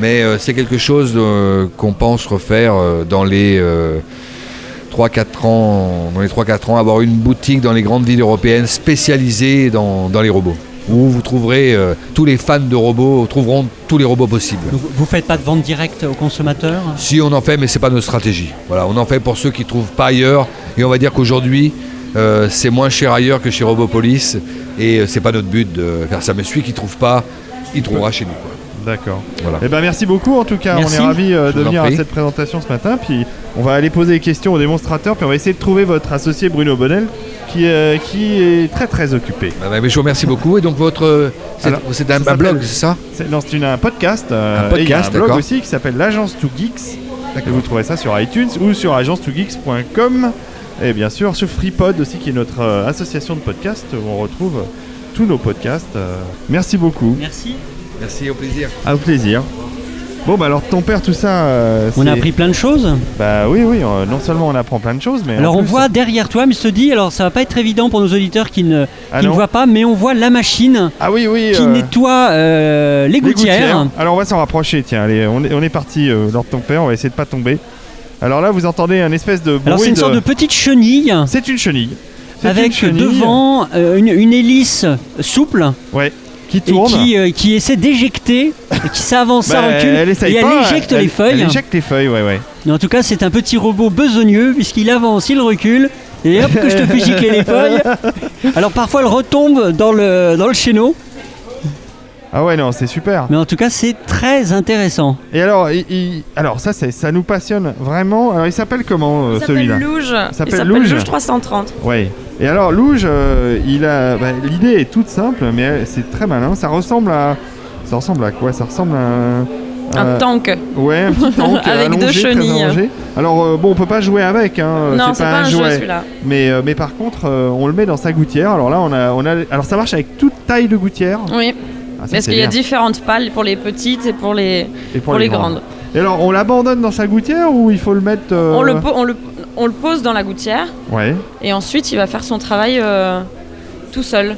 Speaker 6: mais euh, c'est quelque chose euh, qu'on pense refaire euh, dans les 3-4 ans, dans les 3-4 ans, avoir une boutique dans les grandes villes européennes spécialisée dans, dans les robots, où vous trouverez euh, tous les fans de robots trouveront tous les robots possibles.
Speaker 1: Donc, Vous faites pas de vente directe aux consommateurs
Speaker 6: Si on en fait, mais c'est pas notre stratégie. Voilà, on en fait pour ceux qui trouvent pas ailleurs. Et on va dire qu'aujourd'hui, euh, c'est moins cher ailleurs que chez Robopolis. Et euh, c'est pas notre but de faire ça. Mais celui qui trouve pas, il trouvera chez nous. quoi.
Speaker 2: D'accord.
Speaker 6: Voilà.
Speaker 2: Eh ben merci beaucoup en tout cas.
Speaker 1: Merci.
Speaker 2: On est ravis euh,
Speaker 6: Je
Speaker 2: de
Speaker 6: vous en
Speaker 2: venir à
Speaker 6: prie.
Speaker 2: cette présentation ce matin. Puis on va aller poser des questions aux démonstrateurs. Puis on va essayer de trouver votre associé Bruno Bonnel qui, euh, qui est très très occupé.
Speaker 6: Bah, bah, mais je vous remercie beaucoup. Et donc votre, euh, c'est-
Speaker 2: Alors,
Speaker 6: c'est un,
Speaker 2: ça
Speaker 6: un blog,
Speaker 2: s'appelle-
Speaker 6: c'est ça
Speaker 2: C'est non, c'est une- un podcast. euh,
Speaker 6: Un podcast,
Speaker 2: et il y a un blog
Speaker 6: d'accord.
Speaker 2: aussi qui s'appelle l'Agence to Geeks. Et vous trouvez ça sur iTunes ou sur agence2geeks.com. Et bien sûr sur FreePod aussi qui est notre euh, association de podcasts où on retrouve tous nos podcasts. euh. merci beaucoup.
Speaker 1: Merci.
Speaker 6: Merci, au plaisir.
Speaker 2: Au plaisir. Bon bah alors ton père tout ça. euh,
Speaker 1: On a
Speaker 2: c'est-
Speaker 1: appris plein de choses.
Speaker 2: Bah oui oui. euh, non seulement on apprend plein de choses mais. en
Speaker 1: Alors on
Speaker 2: plus,
Speaker 1: voit derrière toi, mais se dit, alors ça va pas être évident pour nos auditeurs qui ne,
Speaker 2: Ah
Speaker 1: qui ne
Speaker 2: non.
Speaker 1: voient pas, mais on voit la machine
Speaker 2: Ah oui oui.
Speaker 1: qui
Speaker 2: euh,
Speaker 1: nettoie euh, les,
Speaker 2: les
Speaker 1: gouttières.
Speaker 2: gouttières. Alors on va s'en rapprocher tiens. Allez on est, on est parti euh, Lord ton père. On va essayer de pas tomber. Alors là vous entendez un espèce de bruit.
Speaker 1: Alors c'est une
Speaker 2: de-
Speaker 1: sorte de petite chenille
Speaker 2: C'est une chenille. C'est une
Speaker 1: avec
Speaker 2: chenille
Speaker 1: devant euh, une, une hélice souple
Speaker 2: Ouais. Qui
Speaker 1: et
Speaker 2: tourne.
Speaker 1: qui, euh, qui essaie d'éjecter, et qui s'avance,
Speaker 2: Bah,
Speaker 1: ça recule
Speaker 2: elle essaye
Speaker 1: et elle
Speaker 2: pas, hein,
Speaker 1: éjecte
Speaker 2: elle-
Speaker 1: les feuilles.
Speaker 2: Elle éjecte les feuilles, ouais, ouais.
Speaker 1: Mais en tout cas c'est un petit robot besogneux puisqu'il avance, il recule. Et hop que je te fais gicler les feuilles. Alors parfois elle retombe dans le, dans le chéneau,
Speaker 2: Ah ouais, non, c'est super.
Speaker 1: mais en tout cas c'est très intéressant.
Speaker 2: Et alors, il- il- alors ça, c'est- ça nous passionne vraiment. Alors, il s'appelle comment euh,
Speaker 4: Il s'appelle
Speaker 2: celui-là
Speaker 4: Louge. Il
Speaker 2: s'appelle
Speaker 4: s'appelle
Speaker 2: Louge.
Speaker 4: Louge. 330.
Speaker 2: Ouais. Et alors, Louge, euh, il a. bah, L'idée est toute simple, mais elle- c'est très malin. Ça ressemble à. Ça ressemble à quoi Ça ressemble à. un-
Speaker 4: Un
Speaker 2: à-
Speaker 4: tank.
Speaker 2: Ouais, un petit tank euh,
Speaker 4: Avec
Speaker 2: allongé,
Speaker 4: deux
Speaker 2: très
Speaker 4: chenilles.
Speaker 2: allongé. Alors, euh, bon, on peut pas jouer avec, hein.
Speaker 4: non, c'est pas, un jeu celui-là.
Speaker 2: Mais, euh, mais par contre, euh, on le met dans sa gouttière. Alors là, on a, on a. Alors ça marche avec toute taille de gouttière.
Speaker 4: Oui.
Speaker 2: Ah, ça,
Speaker 4: Parce
Speaker 2: c'est
Speaker 4: Mm. qu'il y a
Speaker 2: bien.
Speaker 4: différentes pales pour les petites et pour les,
Speaker 2: Et
Speaker 4: pour les grandes.
Speaker 2: Et alors, on l'abandonne dans sa gouttière ou il faut le mettre euh,
Speaker 4: On, le Mm. po- on, le, on le pose dans la gouttière
Speaker 2: Ouais.
Speaker 4: et ensuite il va faire son travail euh, tout seul.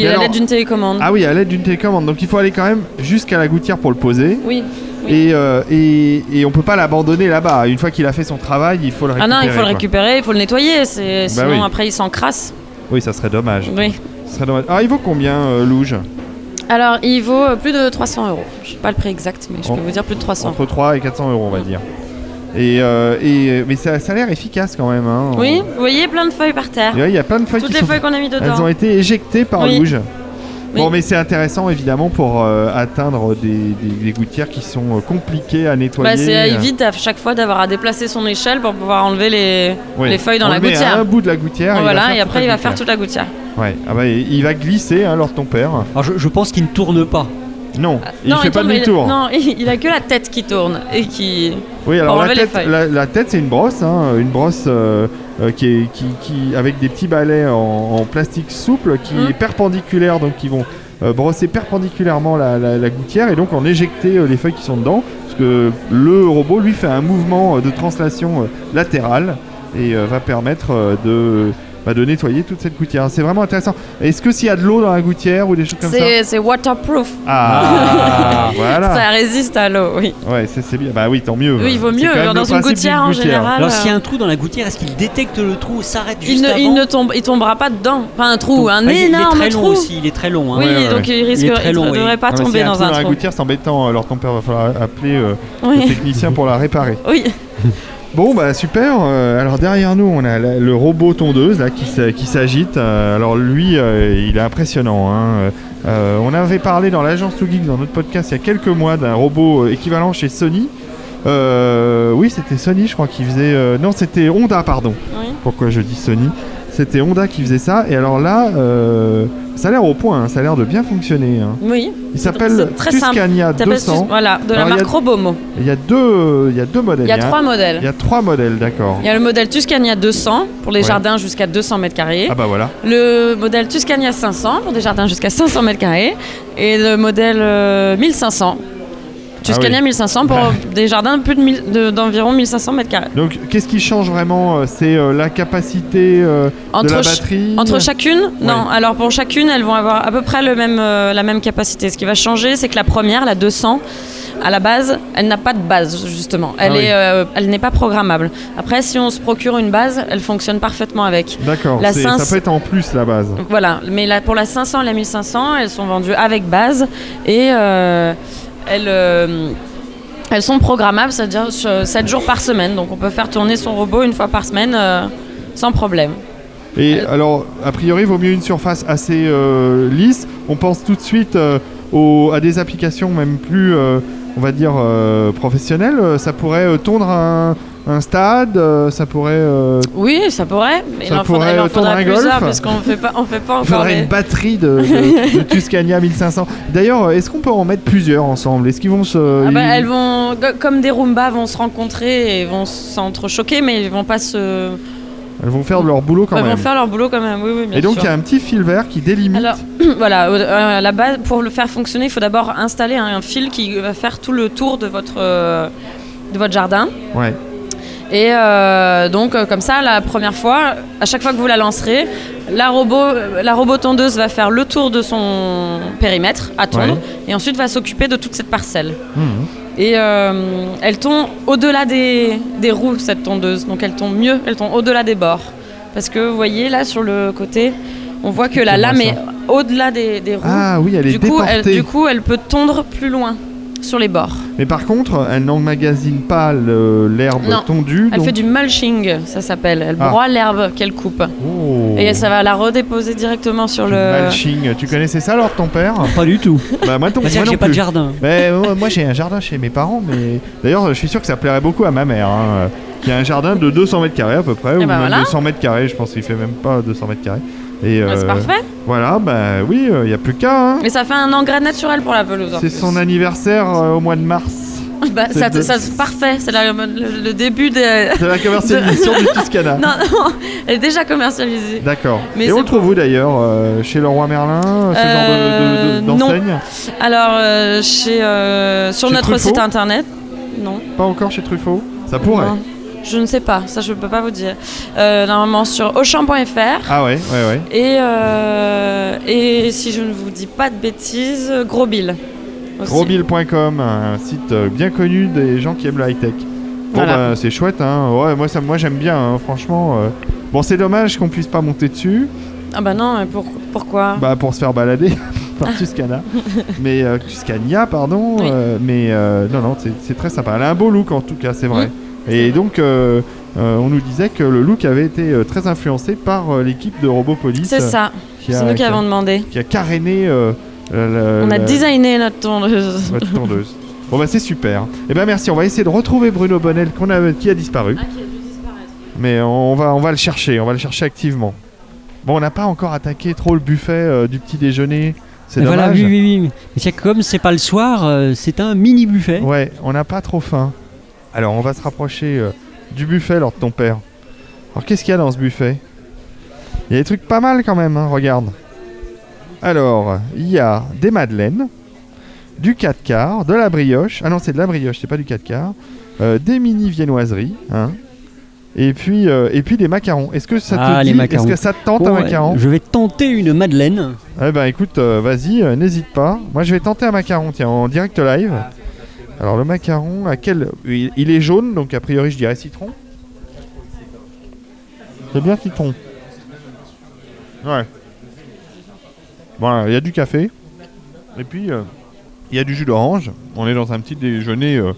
Speaker 2: Mais
Speaker 4: est à
Speaker 2: alors-
Speaker 4: l'aide d'une télécommande.
Speaker 2: Ah oui, à l'aide d'une télécommande. Donc il faut aller quand même jusqu'à la gouttière pour le poser.
Speaker 4: oui. Oui.
Speaker 2: Et, euh, et, et on peut pas l'abandonner là-bas. Une fois qu'il a fait son travail, il faut le
Speaker 4: Ah
Speaker 2: récupérer.
Speaker 4: non, il faut le
Speaker 2: quoi.
Speaker 4: récupérer, il faut le nettoyer, c'est-
Speaker 2: Bah
Speaker 4: sinon
Speaker 2: oui.
Speaker 4: après il s'encrasse.
Speaker 2: Oui, ça serait dommage.
Speaker 4: Oui.
Speaker 2: Ça serait dommage. Ah, il vaut combien, euh, Louge
Speaker 4: Alors il vaut euh, plus de 300 euros. Je sais pas le prix exact, mais je
Speaker 2: En-
Speaker 4: peux vous dire plus de 300.
Speaker 2: Entre 3 et 400 euros, on va dire. Et, euh, et mais ça, ça a l'air efficace quand même. hein.
Speaker 4: Oui, vous voyez plein de feuilles par terre.
Speaker 2: Et ouais, Il y a plein de feuilles
Speaker 4: Toutes
Speaker 2: qui
Speaker 4: les
Speaker 2: sont-
Speaker 4: feuilles qu'on a mis
Speaker 2: Elles
Speaker 4: dedans.
Speaker 2: ont été éjectées par
Speaker 4: Oui.
Speaker 2: Louge. Bon,
Speaker 4: Oui.
Speaker 2: mais c'est intéressant évidemment pour euh, atteindre des, des- des gouttières qui sont euh, compliquées à nettoyer.
Speaker 4: Bah, c'est à évite à chaque fois d'avoir à déplacer son échelle pour pouvoir enlever les,
Speaker 2: Oui.
Speaker 4: les feuilles dans
Speaker 2: On
Speaker 4: la
Speaker 2: le met
Speaker 4: gouttière.
Speaker 2: À un bout de la gouttière. il va
Speaker 4: voilà,
Speaker 2: faire
Speaker 4: et
Speaker 2: toute
Speaker 4: après
Speaker 2: la
Speaker 4: il va
Speaker 2: gouttière.
Speaker 4: faire toute la gouttière.
Speaker 2: Ouais. Ah bah, il va glisser hein, lors ton père.
Speaker 1: Alors je, je pense qu'il ne tourne pas.
Speaker 2: Non, il fait pas
Speaker 4: tourne, mais il-
Speaker 2: demi-tour.
Speaker 4: Ah, Non, il, il a que la tête qui tourne et qui.
Speaker 2: Oui, alors
Speaker 4: Pour
Speaker 2: la
Speaker 4: enlever les
Speaker 2: tête,
Speaker 4: feuilles.
Speaker 2: la, la tête, c'est une brosse, hein, une brosse euh, euh, qui est qui, qui- avec des petits balais en, en plastique souple qui
Speaker 4: Mhm.
Speaker 2: est perpendiculaire, donc qui vont euh, brosser perpendiculairement la, la- la gouttière et donc en éjecter euh, les feuilles qui sont dedans, parce que le robot lui fait un mouvement euh, de translation euh, latérale et euh, va permettre euh, de bah, de nettoyer toute cette gouttière. C'est vraiment intéressant. Est-ce que s'il y a de l'eau dans la gouttière ou des choses comme ça
Speaker 4: C'est c'est waterproof.
Speaker 2: Ah, voilà.
Speaker 4: Ça résiste à l'eau, oui.
Speaker 2: Ouais, c'est c'est bien. Bah oui, tant mieux.
Speaker 4: Oui, il vaut
Speaker 2: C'est
Speaker 4: mieux, euh,
Speaker 2: quand même
Speaker 4: dans
Speaker 2: le
Speaker 4: une
Speaker 2: principe d'une
Speaker 4: gouttière, en général.
Speaker 1: Alors
Speaker 4: euh,
Speaker 1: s'il y a un trou dans la gouttière, est-ce qu'il détecte le trou, s'arrête
Speaker 4: Il
Speaker 1: juste
Speaker 4: ne,
Speaker 1: avant
Speaker 4: il ne tombe, il tombera pas dedans. Enfin, un trou,
Speaker 1: Donc,
Speaker 4: un
Speaker 1: ah, il-
Speaker 4: énorme
Speaker 1: Il est très
Speaker 4: trou.
Speaker 1: long aussi, il est très long. hein.
Speaker 4: oui,
Speaker 2: Ouais, ouais,
Speaker 4: donc il risque,
Speaker 1: Il est très
Speaker 4: il
Speaker 1: long,
Speaker 4: ne
Speaker 1: oui.
Speaker 4: devrait pas
Speaker 2: Ah, mais s'il y
Speaker 4: tomber
Speaker 2: a un
Speaker 4: dans
Speaker 2: trou
Speaker 4: un
Speaker 2: dans la
Speaker 4: trou.
Speaker 2: gouttière, c'est embêtant. euh, Alors ton père va falloir appeler euh, le
Speaker 4: Oui,
Speaker 2: technicien pour la réparer.
Speaker 4: oui.
Speaker 2: Bon bah super. euh, alors derrière nous, on a la- le robot tondeuse là qui s'a- qui s'agite. Euh, alors lui, euh, il est impressionnant. hein. Euh, on avait parlé dans l'agence Too Geek dans notre podcast il y a quelques mois d'un robot euh, équivalent chez Sony. Euh, oui, c'était Sony, je crois, qui faisait. euh, non, c'était Honda, pardon.
Speaker 4: Oui.
Speaker 2: Pourquoi je dis Sony C'était Honda qui faisait ça. Et alors là, euh, ça a l'air au point. hein, ça a l'air de bien fonctionner. hein.
Speaker 4: oui.
Speaker 2: Il s'appelle
Speaker 4: c'est très simple.
Speaker 2: Tuscania
Speaker 4: T'appelles-
Speaker 2: 200.
Speaker 4: Voilà, de
Speaker 2: Alors, il y
Speaker 4: la
Speaker 2: a-
Speaker 4: marque Robomo.
Speaker 2: Il y a deux, il y a deux modèles.
Speaker 4: Il y a
Speaker 2: un-
Speaker 4: trois
Speaker 2: Il y
Speaker 4: modèles.
Speaker 2: a trois modèles, d'accord.
Speaker 4: Il y a le modèle Tuscania 200 pour les
Speaker 2: Ouais.
Speaker 4: jardins jusqu'à 200 mètres carrés.
Speaker 2: Ah bah voilà.
Speaker 4: Le modèle Tuscania 500 pour des jardins jusqu'à 500 mètres carrés et le modèle euh, 1500.
Speaker 2: Ah
Speaker 4: Tuscania 1500 pour des jardins de plus de mille- de- d'environ 1500 mètres carrés.
Speaker 2: Donc qu'est-ce qui change vraiment euh, C'est euh, la capacité euh, de
Speaker 4: Entre,
Speaker 2: la
Speaker 4: ch-
Speaker 2: batterie. euh,
Speaker 4: entre chacune Non, alors pour chacune, elles vont avoir à peu près le même, euh, la même capacité. Ce qui va changer, c'est que la première, la 200, à la base, elle n'a pas de base, justement. Elle
Speaker 2: Ah oui.
Speaker 4: est, euh, elle n'est pas programmable. Après, si on se procure une base, elle fonctionne parfaitement avec.
Speaker 2: D'accord.
Speaker 4: La
Speaker 2: c'est-
Speaker 4: cinq-
Speaker 2: Ça peut être en plus la base.
Speaker 4: Donc Voilà, mais là, pour la 500 et la 1500, elles sont vendues avec base et euh, elles, euh, elles sont programmables, c'est-à-dire 7 jours par semaine. Donc on peut faire tourner son robot une fois par semaine euh, sans problème.
Speaker 2: Et alors, a priori, vaut mieux une surface assez euh, lisse. On pense tout de suite euh, au- à des applications même plus, euh, on va dire, euh, professionnelles. Euh, Ça pourrait euh, tondre un, un stade, euh, ça pourrait... euh,
Speaker 4: Oui, ça pourrait, mais
Speaker 2: Ça
Speaker 4: il en faudrait,
Speaker 2: pourrait,
Speaker 4: il en
Speaker 2: euh,
Speaker 4: faudra
Speaker 2: tourner un golf.
Speaker 4: plusieurs parce qu'on fait pas, on fait pas
Speaker 2: Il
Speaker 4: encore Ah
Speaker 2: faudrait
Speaker 4: les...
Speaker 2: une batterie de, de- de Tuscania 1500. D'ailleurs, est-ce qu'on peut en mettre plusieurs ensemble Est-ce qu'ils vont se...
Speaker 4: Ah bah, elles vont, go- comme des Roomba, vont se rencontrer et vont s'entrechoquer, mais ils vont pas se,
Speaker 2: Elles vont faire de leur boulot quand
Speaker 4: elles
Speaker 2: même.
Speaker 4: vont faire leur boulot quand même. Oui, oui, bien
Speaker 2: Et donc,
Speaker 4: sûr.
Speaker 2: il y a un petit fil vert qui délimite.
Speaker 4: Alors, voilà, euh, à la base, pour le faire fonctionner, il faut d'abord installer un, fil qui va faire tout le tour de votre, euh, de votre jardin.
Speaker 2: Ouais.
Speaker 4: Et euh, donc, euh, comme ça, la première fois, à chaque fois que vous la lancerez, la robot, euh, la robot tondeuse va faire le tour de son périmètre à tondre
Speaker 2: Ouais.
Speaker 4: et ensuite va s'occuper de toute cette parcelle.
Speaker 2: Mhm.
Speaker 4: Et euh, elle tombe au-delà des, des roues, cette tondeuse. Donc elle tombe mieux, elle tombe au-delà des bords. Parce que vous voyez là sur le côté, on voit que la lame est au-delà des, des roues.
Speaker 2: Ah oui, elle est
Speaker 4: du, coup,
Speaker 2: déportée.
Speaker 4: elle, du coup, elle peut tondre plus loin sur les bords.
Speaker 2: Mais par contre, elle n'emmagasine pas le- l'herbe
Speaker 4: Non.
Speaker 2: tondue.
Speaker 4: Elle
Speaker 2: donc-
Speaker 4: fait du mulching, ça s'appelle. Elle
Speaker 2: Ah.
Speaker 4: broie l'herbe qu'elle coupe.
Speaker 2: Oh.
Speaker 4: Et ça va la redéposer directement sur
Speaker 2: Du
Speaker 4: le.
Speaker 2: Mulching. Tu connaissais ça alors ton père
Speaker 1: Pas du tout.
Speaker 2: Bah moi, ton, moi
Speaker 1: Bah, C'est-à-dire que
Speaker 2: non
Speaker 1: j'ai pas de
Speaker 2: plus.
Speaker 1: jardin.
Speaker 2: Mais, euh, moi j'ai un jardin chez mes parents, mais d'ailleurs je suis sûr que ça plairait beaucoup à ma mère, hein, euh, qui a un jardin de 200 mètres carrés à peu près, ou
Speaker 4: bah
Speaker 2: même
Speaker 4: voilà.
Speaker 2: 200 mètres carrés, je pense qu'il fait même pas 200 mètres carrés. Et
Speaker 4: Ah,
Speaker 2: euh,
Speaker 4: c'est parfait.
Speaker 2: Voilà, bah oui, il n'y a plus qu'à. hein.
Speaker 4: Mais ça fait un engrais naturel pour la pelouse. en
Speaker 2: C'est
Speaker 4: plus.
Speaker 2: son anniversaire euh, au mois de mars.
Speaker 4: Bah,
Speaker 2: C'est
Speaker 4: ça,
Speaker 2: de-
Speaker 4: ça- c'est parfait, c'est là le, le- le début de.
Speaker 2: C'est la commercialisation du Tuscana.
Speaker 4: Non, non, elle est déjà commercialisée.
Speaker 2: D'accord.
Speaker 4: Mais
Speaker 2: Et on
Speaker 4: c'est
Speaker 2: le trouve où d'ailleurs euh, Chez Leroy Merlin Ce
Speaker 4: Euh,
Speaker 2: genre de- de- de- d'enseigne
Speaker 4: Alors, euh, chez, euh, sur
Speaker 2: Chez
Speaker 4: notre
Speaker 2: Truffaut
Speaker 4: site internet, non.
Speaker 2: Pas encore chez Truffaut Ça pourrait.
Speaker 4: Non. Je ne sais pas, ça je ne peux pas vous dire. Euh, normalement sur auchan.fr
Speaker 2: Ah ouais, ouais, ouais.
Speaker 4: et, euh, et si je ne vous dis pas de bêtises, Grosbill. aussi.
Speaker 2: Grosbill.com, un site euh, bien connu des gens qui aiment le high-tech. Bon,
Speaker 4: Voilà.
Speaker 2: bah, c'est chouette, hein. Ouais, moi, ça, moi j'aime bien, hein, franchement. euh. Bon, c'est dommage qu'on puisse pas monter dessus,
Speaker 4: Ah bah non, mais pour- pourquoi
Speaker 2: bah, pour se faire balader par Tuscana. mais euh, Tuscania, pardon.
Speaker 4: Oui.
Speaker 2: euh, mais euh, non, non, c'est- c'est très sympa. Elle a un beau look, en tout cas, c'est vrai. Et donc, euh, euh, on nous disait que le look avait été euh, très influencé par euh, l'équipe de Robopolis.
Speaker 4: C'est ça,
Speaker 2: euh, qui a-
Speaker 4: c'est nous
Speaker 2: qui
Speaker 4: qui
Speaker 2: a-
Speaker 4: avons demandé.
Speaker 2: qui a caréné euh, la- la-
Speaker 4: On a
Speaker 2: la-
Speaker 4: designé notre tondeuse.
Speaker 2: votre tondeuse. Bon bah c'est super. Eh ben merci, on va essayer de retrouver Bruno Bonnel qu'on a, Ah, qui a disparu. Mais on va, on va le chercher, on va le chercher activement. Bon, on n'a pas encore attaqué trop le buffet euh, du petit déjeuner. C'est
Speaker 1: Voilà,
Speaker 2: dommage.
Speaker 1: oui, oui, oui. Mais c'est que comme c'est pas le soir, euh, c'est un mini buffet.
Speaker 2: Ouais, on n'a pas trop faim. Alors on va se rapprocher euh, du buffet, alors de ton père. Alors qu'est-ce qu'il y a dans ce buffet Il y a des trucs pas mal quand même, hein, regarde. Alors, il y a des madeleines, du 4 quarts, de la brioche. Ah non, c'est de la brioche, c'est pas du 4 quarts. Euh, des mini viennoiseries, hein. Et puis, euh, et puis des macarons. Est-ce que ça te
Speaker 1: Ah, les
Speaker 2: dit-
Speaker 1: macarons.
Speaker 2: Est-ce que ça te tente
Speaker 1: Bon,
Speaker 2: un macaron
Speaker 1: je vais tenter une madeleine.
Speaker 2: eh ben écoute, euh, vas-y, euh, n'hésite pas. Moi je vais tenter un macaron, tiens, en direct live. Alors le macaron, à quel... Il, il est jaune, donc a priori je dirais citron. C'est bien citron. Ouais. Voilà, il y a du café. Et puis, euh, il y a du jus d'orange. On est dans un petit déjeuner euh,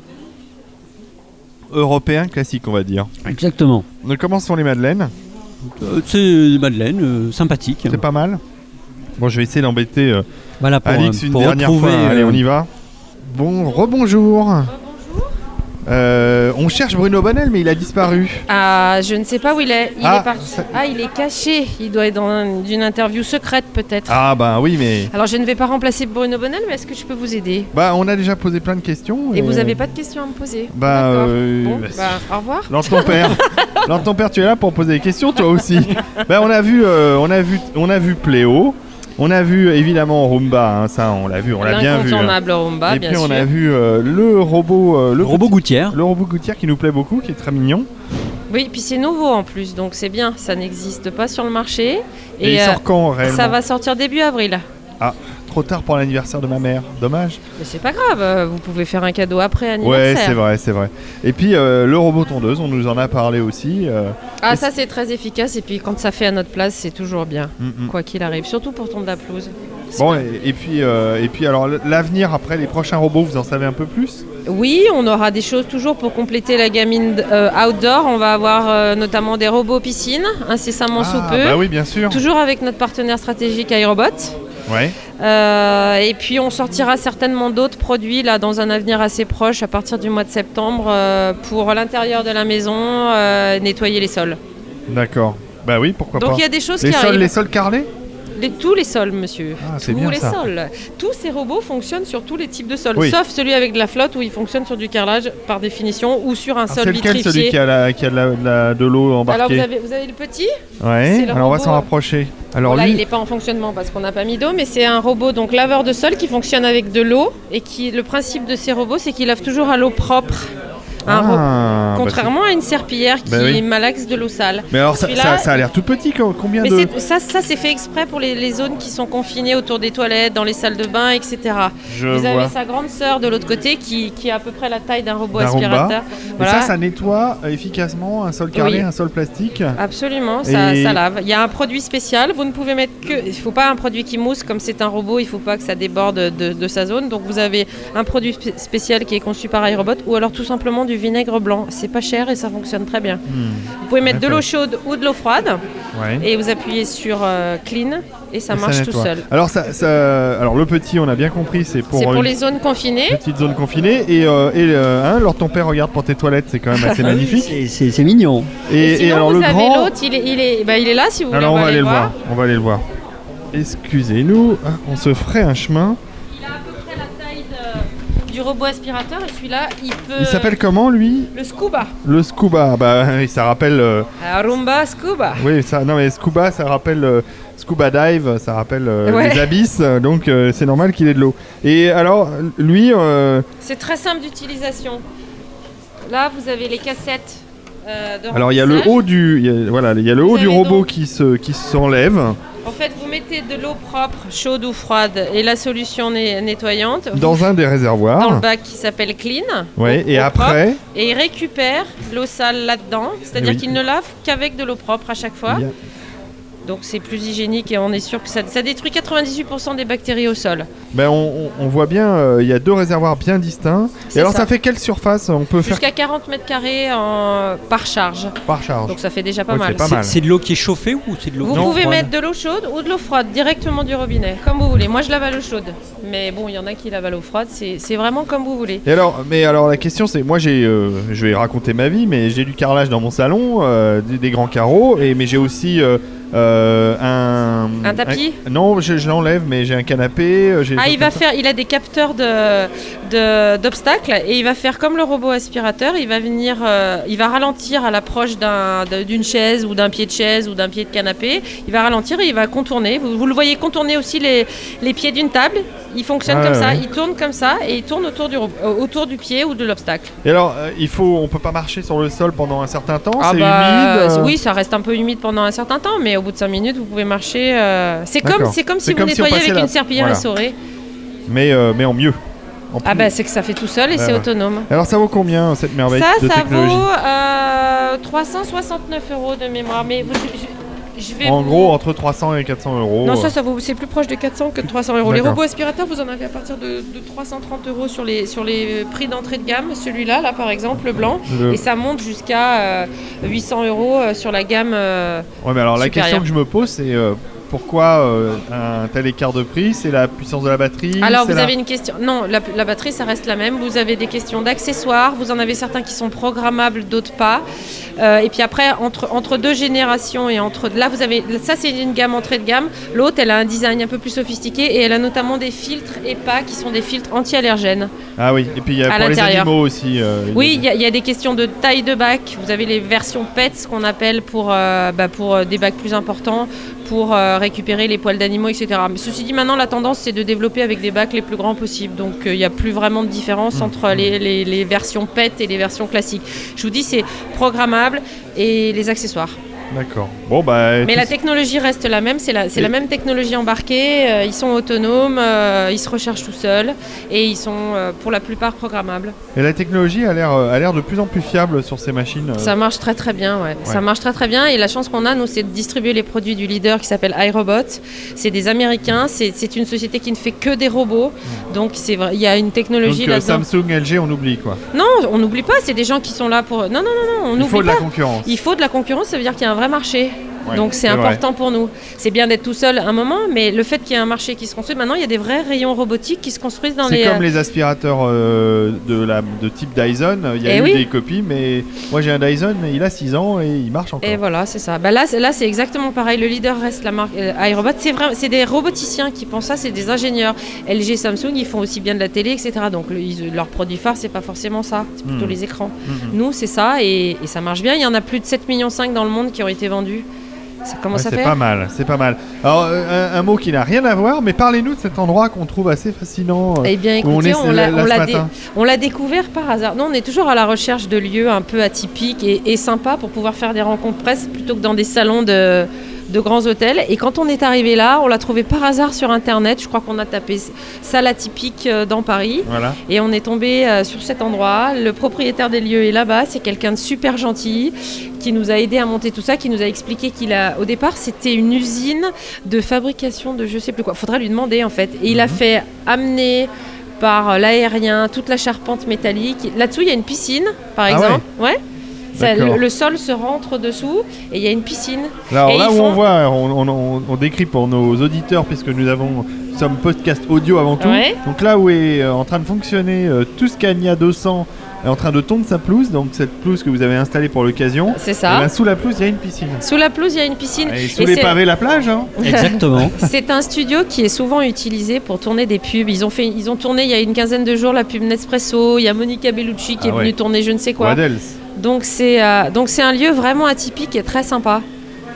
Speaker 2: européen classique, on va dire.
Speaker 1: Exactement.
Speaker 2: Donc, comment sont les madeleines
Speaker 1: Euh, c'est une madeleine euh, sympathique.
Speaker 2: C'est pas mal. Bon, je vais essayer d'embêter... euh,
Speaker 1: Voilà pour,
Speaker 2: Alix,
Speaker 1: euh,
Speaker 2: une
Speaker 1: pour
Speaker 2: dernière
Speaker 1: retrouver.
Speaker 2: fois. Allez,
Speaker 1: euh,
Speaker 2: on y va. Bon, rebonjour. Euh, on cherche Bruno Bonnel, mais il a disparu.
Speaker 3: Ah, je ne sais pas où il est. Il
Speaker 2: Ah,
Speaker 3: est parti.
Speaker 2: ça-
Speaker 3: Ah, il est caché. Il doit être dans un- une interview secrète peut-être.
Speaker 2: Ah bah oui, mais
Speaker 3: Alors, je ne vais pas remplacer Bruno Bonnel, mais est-ce que je peux vous aider
Speaker 2: bah on a déjà posé plein de questions.
Speaker 3: Et vous n'avez pas de questions à me poser
Speaker 2: Bah,
Speaker 3: D'accord.
Speaker 2: euh,
Speaker 3: Bon,
Speaker 2: bah, si.
Speaker 3: bah, au revoir.
Speaker 2: Lance ton père. Lance ton père, tu es là pour poser des questions, toi aussi. bah on a vu, euh, on a vu, on a vu Pléo. On a vu évidemment Roomba, hein, ça on l'a vu, on l'a bien vu. hein.
Speaker 3: L'incontournable Rumba,
Speaker 2: Et
Speaker 3: bien
Speaker 2: puis on
Speaker 3: sûr.
Speaker 2: a vu euh, le robot, euh, le
Speaker 1: Robot gouttière.
Speaker 2: le robot gouttière qui nous plaît beaucoup, qui est très mignon.
Speaker 3: Oui, puis c'est nouveau en plus, donc c'est bien. Ça n'existe pas sur le marché.
Speaker 2: Et, il
Speaker 3: euh,
Speaker 2: sort quand réellement
Speaker 3: ça va sortir début avril.
Speaker 2: Trop tard pour l'anniversaire de ma mère, dommage.
Speaker 3: Mais c'est pas grave, euh, vous pouvez faire un cadeau après
Speaker 2: Ouais,
Speaker 3: anniversaire.
Speaker 2: c'est vrai, c'est vrai. Et puis euh, le robot tondeuse, on nous en a parlé aussi. euh,
Speaker 3: Ah, ça c'est très efficace. Et puis quand ça fait à notre place, c'est toujours bien,
Speaker 2: mm, mm.
Speaker 3: quoi qu'il arrive. Surtout pour ton de la pelouse.
Speaker 2: Bon, et, et puis euh, et puis alors l- l'avenir après les prochains robots, vous en savez un peu plus
Speaker 3: Oui, on aura des choses toujours pour compléter la gamine euh, outdoor. On va avoir euh, notamment des robots piscine, incessamment sous
Speaker 2: Ah,
Speaker 3: peu.
Speaker 2: Bah oui, bien sûr.
Speaker 3: Toujours avec notre partenaire stratégique iRobot.
Speaker 2: Ouais.
Speaker 3: Euh, et puis on sortira certainement d'autres produits là dans un avenir assez proche, à partir du mois de septembre, euh, pour l'intérieur de la maison, euh, nettoyer les sols.
Speaker 2: D'accord. Bah oui, pourquoi
Speaker 3: Donc il y
Speaker 2: pas.
Speaker 3: a des choses
Speaker 2: Les
Speaker 3: qui
Speaker 2: sols,
Speaker 3: arrivent.
Speaker 2: les sols carrelés
Speaker 3: Les- tous les sols, monsieur.
Speaker 2: Ah, c'est
Speaker 3: tous
Speaker 2: bien
Speaker 3: les
Speaker 2: ça.
Speaker 3: sols. Tous ces robots fonctionnent sur tous les types de sols,
Speaker 2: Oui.
Speaker 3: sauf celui avec de la flotte où il fonctionne sur du carrelage par définition ou sur un
Speaker 2: Ah,
Speaker 3: sol
Speaker 2: C'est lequel
Speaker 3: vitrifié.
Speaker 2: celui qui a, la- qui a de la- de la- de l'eau
Speaker 3: Alors vous
Speaker 2: embarquée
Speaker 3: avez, vous avez le petit
Speaker 2: Ouais.
Speaker 3: c'est le
Speaker 2: Alors on va
Speaker 3: robot,
Speaker 2: s'en
Speaker 3: euh,
Speaker 2: rapprocher. Alors
Speaker 3: Bon, Là
Speaker 2: lui,
Speaker 3: il n'est pas en fonctionnement parce qu'on n'a pas mis d'eau, mais c'est un robot donc laveur de sol qui fonctionne avec de l'eau et qui le principe de ces robots c'est qu'ils lavent toujours à l'eau propre. Un robot-
Speaker 2: Ah, bah,
Speaker 3: Contrairement à une serpillière qui
Speaker 2: Bah oui.
Speaker 3: malaxe de l'eau sale.
Speaker 2: c'est- Mais alors ça,
Speaker 3: celui-là-
Speaker 2: ça- ça a l'air tout petit. co- Combien
Speaker 3: Mais
Speaker 2: de
Speaker 3: c'est- ça, ça c'est fait exprès pour les, les zones qui sont confinées autour des toilettes, dans les salles de bain, etc.
Speaker 2: Je
Speaker 3: Vous
Speaker 2: vois.
Speaker 3: avez sa grande sœur de l'autre côté qui, qui a à peu près la taille d'un robot
Speaker 2: D'un Roomba.
Speaker 3: aspirateur.
Speaker 2: Et
Speaker 3: Voilà.
Speaker 2: ça, ça nettoie euh, efficacement un sol carrelé,
Speaker 3: Oui. Ah,
Speaker 2: un sol plastique.
Speaker 3: Absolument, ça,
Speaker 2: Et-
Speaker 3: ça lave. Il y a un produit spécial, vous ne pouvez mettre que... Il faut pas un produit qui mousse, comme c'est un robot, il faut pas que ça déborde de, de sa zone. Donc vous avez un produit spé- spécial qui est conçu par iRobot, ou alors tout simplement du vinaigre blanc. C'est pas cher et ça fonctionne très bien.
Speaker 2: Hmm,
Speaker 3: Vous pouvez mettre de
Speaker 2: D'accord.
Speaker 3: l'eau chaude ou de l'eau froide,
Speaker 2: Ouais.
Speaker 3: et vous appuyez sur euh, Clean, et ça
Speaker 2: Et
Speaker 3: marche tout
Speaker 2: nettoie.
Speaker 3: seul.
Speaker 2: Alors, ça, ça- alors le petit, on a bien compris, c'est pour,
Speaker 3: C'est pour
Speaker 2: une
Speaker 3: les zones confinées.
Speaker 2: petite zone confinée. Et, euh, et euh, hein, alors ton père regarde pour tes toilettes, c'est quand même assez magnifique.
Speaker 1: C'est- C'est c'est mignon.
Speaker 2: Et,
Speaker 3: Et, sinon,
Speaker 2: et alors
Speaker 3: vous
Speaker 2: le
Speaker 3: avez
Speaker 2: grand.
Speaker 3: l'autre, il est, il, est, bah, il est là si vous voulez.
Speaker 2: Alors on va aller le voir.
Speaker 3: voir.
Speaker 2: On va aller le voir. Excusez-nous, hein, on se ferait un chemin.
Speaker 3: Il a à peu près la taille de-
Speaker 4: du robot aspirateur et celui-là, il peut.
Speaker 3: Euh.
Speaker 2: Il s'appelle comment lui
Speaker 4: Le Scuba.
Speaker 2: Le scuba. Bah oui, ça rappelle. euh,
Speaker 4: Ah, Roomba Scuba.
Speaker 2: oui, ça. Non mais scuba, ça rappelle euh, scuba dive, ça rappelle euh,
Speaker 4: Ouais.
Speaker 2: les abysses. Donc euh, c'est normal qu'il ait de l'eau. Et alors lui, euh,
Speaker 4: C'est très simple d'utilisation. Là, vous avez les cassettes. euh, de
Speaker 2: alors il y a le
Speaker 4: remplissage.
Speaker 2: haut du, il y a- voilà, il y a le
Speaker 4: Vous
Speaker 2: haut du
Speaker 4: avez
Speaker 2: robot
Speaker 4: donc-
Speaker 2: qui se, qui s'enlève
Speaker 4: En fait, vous mettez de l'eau propre, chaude ou froide, et la solution né- nettoyante vous-
Speaker 2: dans un des
Speaker 4: dans le
Speaker 2: réservoirs.
Speaker 4: bac qui s'appelle Clean.
Speaker 2: Ouais.
Speaker 4: donc
Speaker 2: Et
Speaker 4: eau propre,
Speaker 2: après,
Speaker 4: et il récupère l'eau sale là-dedans, c'est-à-dire
Speaker 2: Oui.
Speaker 4: qu'il ne lave qu'avec de l'eau propre à chaque fois.
Speaker 2: il y a-
Speaker 4: Donc c'est plus hygiénique et on est sûr que ça, ça détruit 98% des bactéries au sol.
Speaker 2: ben, on, on- on voit bien, euh, il y a deux réservoirs bien distincts. Et
Speaker 4: C'est
Speaker 2: alors
Speaker 4: ça.
Speaker 2: ça. fait quelle surface on peut faire
Speaker 4: Jusqu'à 40 mètres carrés en- par charge.
Speaker 2: par charge
Speaker 4: Donc ça fait déjà pas
Speaker 2: Ok,
Speaker 4: mal.
Speaker 2: pas
Speaker 1: C'est-
Speaker 2: mal.
Speaker 1: C'est de l'eau qui est chauffée ou c'est de l'eau
Speaker 4: Vous
Speaker 1: non,
Speaker 4: pouvez
Speaker 1: froide
Speaker 4: mettre de l'eau chaude ou de l'eau froide directement du robinet, comme vous voulez. Moi je lave à l'eau chaude, mais bon, il y en a qui lavent à l'eau froide, c'est c'est vraiment comme vous voulez.
Speaker 2: Et alors, mais alors la question c'est, moi j'ai, euh, je vais raconter ma vie, mais j'ai du carrelage dans mon salon, euh, des, des grands carreaux, et mais j'ai aussi euh, euh, un,
Speaker 4: Un tapis
Speaker 2: un- non, je, je l'enlève, mais j'ai un canapé. euh, j'ai-
Speaker 4: Ah, il va faire, il a des capteurs de de- d'obstacles et il va faire comme le robot aspirateur. Il va venir, euh, il va ralentir à l'approche d'un- de- d'une chaise ou d'un pied de chaise ou d'un pied de canapé. Il va ralentir et il va contourner. Vous, vous le voyez contourner aussi les, les pieds d'une table. Il
Speaker 1: Ah,
Speaker 4: fonctionne
Speaker 2: Ouais,
Speaker 4: comme ça,
Speaker 2: ouais.
Speaker 4: il tourne comme ça et il tourne autour du ro- euh, autour du pied ou de l'obstacle.
Speaker 2: Et alors, euh, il faut, on peut pas marcher sur le sol pendant un certain temps,
Speaker 4: Ah
Speaker 2: c'est
Speaker 4: bah,
Speaker 2: humide. euh,
Speaker 4: Oui, ça reste un peu humide pendant un certain temps, mais au bout de 5 minutes, vous pouvez marcher. euh, C'est comme,
Speaker 2: D'accord.
Speaker 4: c'est comme si
Speaker 2: C'est
Speaker 4: vous
Speaker 2: comme si on
Speaker 4: nettoyiez
Speaker 2: passait
Speaker 4: avec
Speaker 2: la-
Speaker 4: une serpillière
Speaker 2: voilà.
Speaker 4: essorée.
Speaker 2: mais euh, mais en mieux. En
Speaker 4: Ah
Speaker 2: plus.
Speaker 4: bah, c'est que ça fait tout seul et
Speaker 2: Ouais,
Speaker 4: c'est
Speaker 2: ouais.
Speaker 4: autonome.
Speaker 2: Alors ça vaut combien cette merveille
Speaker 4: Ça,
Speaker 2: de
Speaker 4: ça
Speaker 2: technologie
Speaker 4: vaut euh, 369 euros de mémoire. Mais vous- je, je- je vais.
Speaker 2: En
Speaker 4: vous-
Speaker 2: gros, entre 300 et 400 euros.
Speaker 4: Non,
Speaker 2: euh,
Speaker 4: ça, ça vaut- c'est plus proche de 400 que de 300 euros. Les
Speaker 2: D'accord.
Speaker 4: robots aspirateurs, vous en avez à partir de, de 330 euros sur les, sur les prix d'entrée de gamme. Celui-là, là, par exemple, le blanc.
Speaker 2: euh, le-
Speaker 4: Et ça monte jusqu'à euh, 800 euros euh, sur la gamme. euh,
Speaker 2: Ouais, mais alors la
Speaker 4: supérieur.
Speaker 2: question que je me pose, c'est euh, pourquoi euh, un tel écart de prix C'est la puissance de la batterie
Speaker 4: Alors,
Speaker 2: Mmh, c'est
Speaker 4: vous
Speaker 2: la-
Speaker 4: avez une question. Non, la, la batterie, ça reste la même. Vous avez des questions d'accessoires. Vous en avez certains qui sont programmables, d'autres pas. Euh, et puis après, entre, entre deux générations et entre. Là, vous avez. Ça, c'est une gamme entrée de gamme. L'autre, elle a un design un peu plus sophistiqué et elle a notamment des filtres EPA qui sont des filtres anti-allergènes.
Speaker 2: Ah oui, et puis il y a
Speaker 4: À
Speaker 2: pour les
Speaker 4: l'intérieur.
Speaker 2: animaux aussi. euh, il
Speaker 4: Oui, il
Speaker 2: y a-
Speaker 4: y, a- il y a des questions de taille de bac. Vous avez les versions PETS qu'on appelle pour, euh, bah, pour euh, des bacs plus importants, pour euh, récupérer les poils d'animaux, etc. Mais ceci dit, maintenant, la tendance, c'est de développer avec des bacs les plus grands possibles. Donc, euh, il n'y a plus vraiment de différence
Speaker 2: Mmh.
Speaker 4: entre les, les- les versions PET et les versions classiques. Je vous dis, c'est programmable et les accessoires.
Speaker 2: D'accord. Bon, bah.
Speaker 4: Mais
Speaker 2: tout-
Speaker 4: la technologie reste la même, c'est la, c'est
Speaker 2: Et-
Speaker 4: la même technologie embarquée, euh, ils sont autonomes, euh, ils se recherchent tout seuls et ils sont euh, pour la plupart programmables.
Speaker 2: Et la technologie a l'air euh, a l'air de plus en plus fiable sur ces machines. euh.
Speaker 4: Ça marche très très bien, ouais. Ça marche très très bien et la chance qu'on a, nous, c'est de distribuer les produits du leader qui s'appelle iRobot. C'est des Américains, c'est c'est une société qui ne fait que des robots, donc c'est vrai, il y a une
Speaker 2: Donc
Speaker 4: technologie
Speaker 2: euh,
Speaker 4: là-dedans.
Speaker 2: Samsung, LG, on oublie quoi.
Speaker 4: Non, on n'oublie pas, c'est des gens qui sont là pour. Non, non, non, non on
Speaker 2: Il faut
Speaker 4: n'oublie
Speaker 2: de
Speaker 4: pas.
Speaker 2: la concurrence.
Speaker 4: Il faut de la concurrence, ça veut dire qu'il y a un vrai marché.
Speaker 2: Ouais,
Speaker 4: Donc c'est
Speaker 2: vrai.
Speaker 4: important pour nous. C'est bien d'être tout seul un moment, mais le fait qu'il y ait un marché qui se construise, maintenant il y a des vrais rayons robotiques qui se construisent dans
Speaker 2: C'est
Speaker 4: les... euh,
Speaker 2: comme les aspirateurs euh, de, la, de type Dyson. Il y a
Speaker 4: Eh
Speaker 2: eu
Speaker 4: oui.
Speaker 2: des copies, mais moi j'ai un Dyson, mais il a 6 ans et il marche encore.
Speaker 4: Et voilà, c'est ça. Bah là, c'est- là, c'est exactement pareil. Le leader reste la marque euh, iRobot. C'est vrai, c'est des roboticiens qui pensent ça, c'est des ingénieurs. LG, Samsung, ils font aussi bien de la télé, etc. Donc le- ils- leur produit phare, c'est pas forcément ça. C'est plutôt
Speaker 2: Mhm.
Speaker 4: les écrans.
Speaker 2: Mhm.
Speaker 4: Nous, c'est ça et, et ça marche bien. Il y en a plus de 7,5 millions dans le monde qui ont été vendus. Ça
Speaker 2: Ouais,
Speaker 4: commence à
Speaker 2: c'est
Speaker 4: faire.
Speaker 2: pas mal, c'est pas mal. Alors euh, un, un mot qui n'a rien à voir, mais parlez-nous de cet endroit qu'on trouve assez fascinant. euh,
Speaker 4: Eh bien,
Speaker 2: où on
Speaker 4: écoutez,
Speaker 2: est
Speaker 4: on
Speaker 2: ce-
Speaker 4: l'a-
Speaker 2: là,
Speaker 4: on
Speaker 2: ce
Speaker 4: l'a dé-
Speaker 2: matin.
Speaker 4: on l'a découvert par hasard. Non, on est toujours à la recherche de lieux un peu atypiques et, et sympas pour pouvoir faire des rencontres presse plutôt que dans des salons de, de grands hôtels. Et quand on est arrivé là, on l'a trouvé par hasard sur Internet. Je crois qu'on a tapé s- salle atypique euh, dans Paris.
Speaker 2: Voilà.
Speaker 4: Et on est tombé euh, sur cet endroit. Le propriétaire des lieux est là-bas. C'est quelqu'un de super gentil qui nous a aidé à monter tout ça, qui nous a expliqué qu'il a. Au départ, c'était une usine de fabrication de je sais plus quoi. Faudrait lui demander en fait. Et il
Speaker 2: Mhm.
Speaker 4: a fait amener par euh, l'aérien toute la charpente métallique. Là-dessous, il y a une piscine, par
Speaker 2: Ah
Speaker 4: exemple. Ouais. Ça,
Speaker 2: D'accord.
Speaker 4: le, le sol se rentre dessous et il y a une piscine.
Speaker 2: Alors
Speaker 4: Et
Speaker 2: là
Speaker 4: ils
Speaker 2: où
Speaker 4: font-
Speaker 2: on voit, hein, on, on- on- on décrit pour nos auditeurs, puisque nous avons nous sommes podcast audio avant tout.
Speaker 4: Ouais.
Speaker 2: Donc là où est euh, en train de fonctionner euh, Tuscania 200 est en train de tondre sa pelouse, donc cette pelouse que vous avez installée pour l'occasion.
Speaker 7: C'est
Speaker 2: Et
Speaker 7: ça.
Speaker 2: ben, sous la pelouse, il y a une piscine.
Speaker 7: Sous la pelouse, il y a une piscine.
Speaker 2: Et sous
Speaker 7: Et
Speaker 2: les
Speaker 7: c'est-
Speaker 2: pavés, la plage. Hein.
Speaker 1: Exactement.
Speaker 7: C'est un studio qui est souvent utilisé pour tourner des pubs. Ils ont, fait, ils ont tourné il y a une quinzaine de jours la pub Nespresso. Il y a Monica Bellucci qui
Speaker 2: Ah
Speaker 7: est
Speaker 2: ouais.
Speaker 7: venue tourner je ne sais quoi.
Speaker 2: What else
Speaker 7: Donc c'est euh, donc c'est un lieu vraiment atypique et très sympa.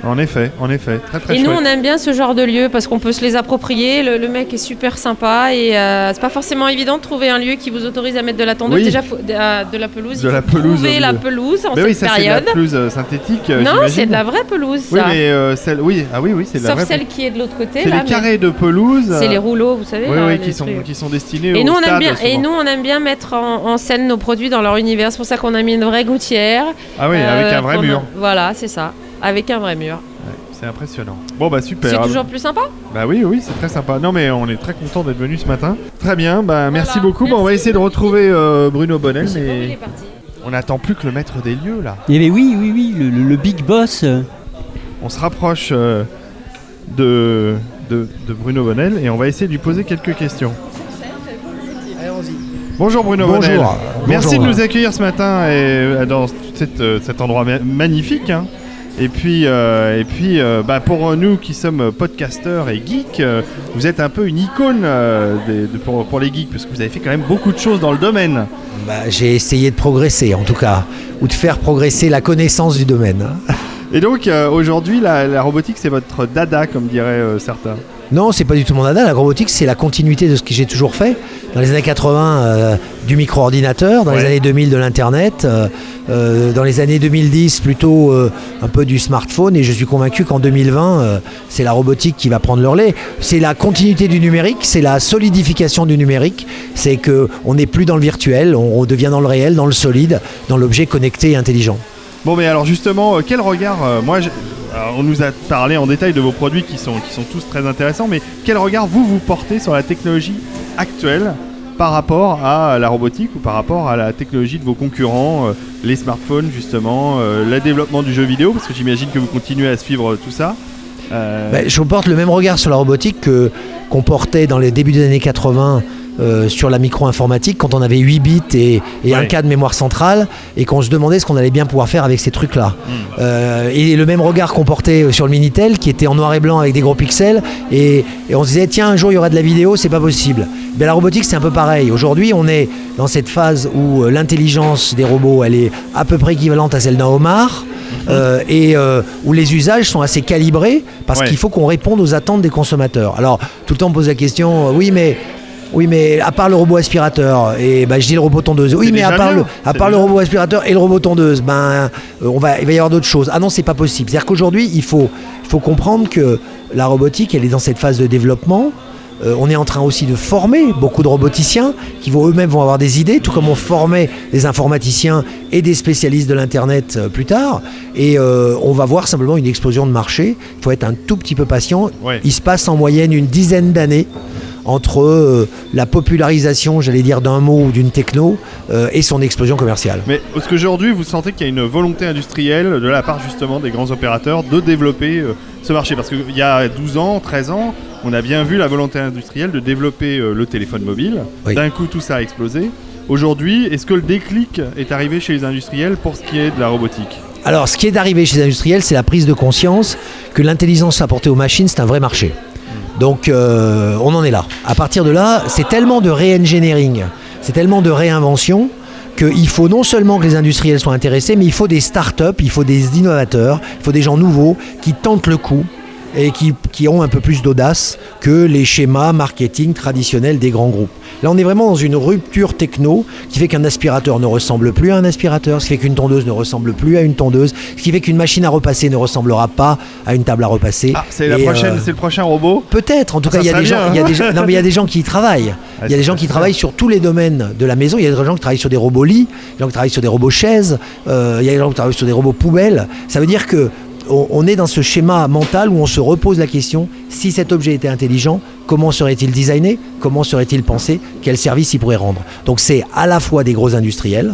Speaker 2: En effet, en effet. Très très
Speaker 7: et nous
Speaker 2: chouette.
Speaker 7: on aime bien ce genre de lieu parce qu'on peut se les approprier. Le, le mec est super sympa et euh, c'est pas forcément évident de trouver un lieu qui vous autorise à mettre de la tondeuse
Speaker 2: Oui.
Speaker 7: déjà faut- de, euh, de la pelouse.
Speaker 2: De
Speaker 7: il
Speaker 2: la
Speaker 7: faut
Speaker 2: pelouse au
Speaker 7: Trouver la
Speaker 2: milieu.
Speaker 7: pelouse en
Speaker 2: Ben oui,
Speaker 7: cette
Speaker 2: ça c'est de la
Speaker 7: période.
Speaker 2: pelouse euh, synthétique. euh,
Speaker 7: non, c'est
Speaker 2: j'imagine.
Speaker 7: de la vraie pelouse.
Speaker 2: Oui,
Speaker 7: ça.
Speaker 2: mais euh, celle... oui, ah oui, oui, c'est de la
Speaker 7: Sauf
Speaker 2: vraie
Speaker 7: celle qui est de l'autre côté.
Speaker 2: C'est
Speaker 7: là,
Speaker 2: les
Speaker 7: mais
Speaker 2: carrés de pelouse.
Speaker 7: C'est les
Speaker 2: euh,
Speaker 7: rouleaux, vous savez.
Speaker 2: Oui,
Speaker 7: là,
Speaker 2: oui,
Speaker 7: les
Speaker 2: qui sont,
Speaker 7: trucs.
Speaker 2: qui sont destinés
Speaker 7: Et
Speaker 2: au
Speaker 7: nous, on aime
Speaker 2: stade,
Speaker 7: bien, et
Speaker 2: souvent.
Speaker 7: nous, on aime bien mettre en, en scène nos produits dans leur univers. C'est pour ça qu'on a mis une vraie gouttière.
Speaker 2: Ah oui, avec
Speaker 7: euh,
Speaker 2: un vrai
Speaker 7: qu'on a-
Speaker 2: mur.
Speaker 7: Voilà, c'est ça. Avec un vrai mur.
Speaker 2: C'est impressionnant. Bon bah super.
Speaker 7: C'est toujours plus sympa.
Speaker 2: Bah oui, oui, c'est très sympa. Non mais on est très content d'être venu ce matin. Très bien, bah merci beaucoup. Bah, on va essayer de retrouver euh, Bruno Bonnel, mais on n'attend plus que le maître des lieux là.
Speaker 1: Eh bien oui, oui, oui, le, le- le big boss. euh,
Speaker 2: On se rapproche euh, de, de, de Bruno Bonnel et on va essayer de lui poser quelques questions. Bonjour Bruno
Speaker 5: Bonjour.
Speaker 2: Bonnel.
Speaker 5: Bonjour.
Speaker 2: Merci de nous accueillir ce matin et euh, dans cette, euh, cet endroit ma- magnifique. hein. Et puis, euh, et puis euh, bah, pour nous qui sommes podcasteurs et geeks, euh, vous êtes un peu une icône euh, des- de- pour, pour les geeks parce que vous avez fait quand même beaucoup de choses dans le domaine.
Speaker 8: Bah, J'ai essayé de progresser en tout cas, ou de faire progresser la connaissance du domaine.
Speaker 2: Et donc euh, aujourd'hui, la, la robotique, c'est votre dada, comme diraient euh, certains.
Speaker 8: Non, c'est pas du tout mon dada. La robotique, c'est la continuité de ce que j'ai toujours fait. Dans les années 80, euh, du micro-ordinateur, dans
Speaker 2: Ouais.
Speaker 8: les années 2000, de l'Internet, euh, euh, dans les années 2010, plutôt euh, un peu du smartphone. Et je suis convaincu qu'en 2020, euh, c'est la robotique qui va prendre le relais. C'est la continuité du numérique, c'est la solidification du numérique. C'est que on n'est plus dans le virtuel, on redevient dans le réel, dans le solide, dans l'objet connecté et intelligent.
Speaker 2: Bon, mais alors justement, euh, quel regard euh, Moi, je- alors, on nous a parlé en détail de vos produits qui sont, qui sont tous très intéressants, mais quel regard vous vous portez sur la technologie actuelle par rapport à la robotique ou par rapport à la technologie de vos concurrents, euh, les smartphones justement, euh, le développement du jeu vidéo, parce que j'imagine que vous continuez à suivre euh, tout ça. Euh,
Speaker 8: Ben, je porte le même regard sur la robotique que qu'on portait dans les débuts des années 80 euh, sur la micro-informatique quand on avait 8 bits et, et un
Speaker 2: Ouais.
Speaker 8: cas de mémoire centrale et qu'on se demandait ce qu'on allait bien pouvoir faire avec ces trucs-là.
Speaker 2: Hmm.
Speaker 8: Euh, et le même regard qu'on portait euh, sur le Minitel qui était en noir et blanc avec des gros pixels et, et on se disait tiens un jour il y aura de la vidéo, c'est pas possible. Ben, la robotique c'est un peu pareil. Aujourd'hui on est dans cette phase où euh, l'intelligence des robots elle est à peu près équivalente à celle d'un homard.
Speaker 2: Mhm.
Speaker 8: euh, et euh, où les usages sont assez calibrés parce
Speaker 2: Ouais.
Speaker 8: qu'il faut qu'on réponde aux attentes des consommateurs. Alors, tout le temps, on me pose la question, euh, oui, mais... Oui, mais à part le robot aspirateur, et ben, je dis le robot tondeuse. Oui,
Speaker 2: C'est
Speaker 8: mais à
Speaker 2: déjà
Speaker 8: part,
Speaker 2: bien,
Speaker 8: le, à
Speaker 2: c'est
Speaker 8: part le
Speaker 2: déjà.
Speaker 8: robot aspirateur et le robot tondeuse, ben, euh, on va, il va y avoir d'autres choses. Ah non, c'est pas possible. C'est-à-dire qu'aujourd'hui, il faut, il faut comprendre que la robotique, elle est dans cette phase de développement. Euh, on est en train aussi de former beaucoup de roboticiens qui vont eux-mêmes vont avoir des idées, tout comme on formait des informaticiens et des spécialistes de l'internet euh, plus tard. Et euh, on va voir simplement une explosion de marché. Il faut être un tout petit peu patient.
Speaker 2: Ouais.
Speaker 8: Il se passe en moyenne une dizaine d'années entre euh, la popularisation, j'allais dire, d'un mot ou d'une techno euh, et son explosion commerciale.
Speaker 2: Mais est-ce qu'aujourd'hui vous sentez qu'il y a une volonté industrielle de la part justement des grands opérateurs de développer euh, ce marché Parce qu'il y a 12 ans, 13 ans, on a bien vu la volonté industrielle de développer euh, le téléphone mobile.
Speaker 8: Oui.
Speaker 2: D'un coup tout ça a explosé. Aujourd'hui, est-ce que le déclic est arrivé chez les industriels pour ce qui est de la robotique
Speaker 8: Alors, ce qui est arrivé chez les industriels, c'est la prise de conscience que l'intelligence apportée aux machines, c'est un vrai marché. Donc, euh, on en est là. À partir de là, c'est tellement de re-engineering, c'est tellement de réinvention qu'il faut non seulement que les industriels soient intéressés, mais il faut des start-up, il faut des innovateurs, il faut des gens nouveaux qui tentent le coup et qui, qui ont un peu plus d'audace que les schémas marketing traditionnels des grands groupes. Là, on est vraiment dans une rupture techno qui fait qu'un aspirateur ne ressemble plus à un aspirateur, ce qui fait qu'une tondeuse ne ressemble plus à une tondeuse, ce qui fait qu'une machine à repasser ne ressemblera pas à une table à repasser.
Speaker 2: Ah, c'est la
Speaker 8: Et,
Speaker 2: prochaine,
Speaker 8: euh,
Speaker 2: c'est le prochain robot
Speaker 8: Peut-être, en tout cas,
Speaker 2: Ça
Speaker 8: il y, a
Speaker 2: serait
Speaker 8: des gens-
Speaker 2: bien, hein.
Speaker 8: il y a des gens- non, mais il y a des gens qui y travaillent.
Speaker 2: Ah,
Speaker 8: Il y a des
Speaker 2: c'est
Speaker 8: gens qui
Speaker 2: pas
Speaker 8: travaillent sur tous les domaines de la maison. Il y a des gens qui travaillent sur des robots lits, des gens qui travaillent sur des robots chaises, euh, il y a des gens qui travaillent sur des robots poubelles. Ça veut dire que on, on est dans ce schéma mental où on se repose la question si cet objet était intelligent, comment serait-il designé Comment serait-il pensé Quel service il pourrait rendre Donc c'est à la fois des gros industriels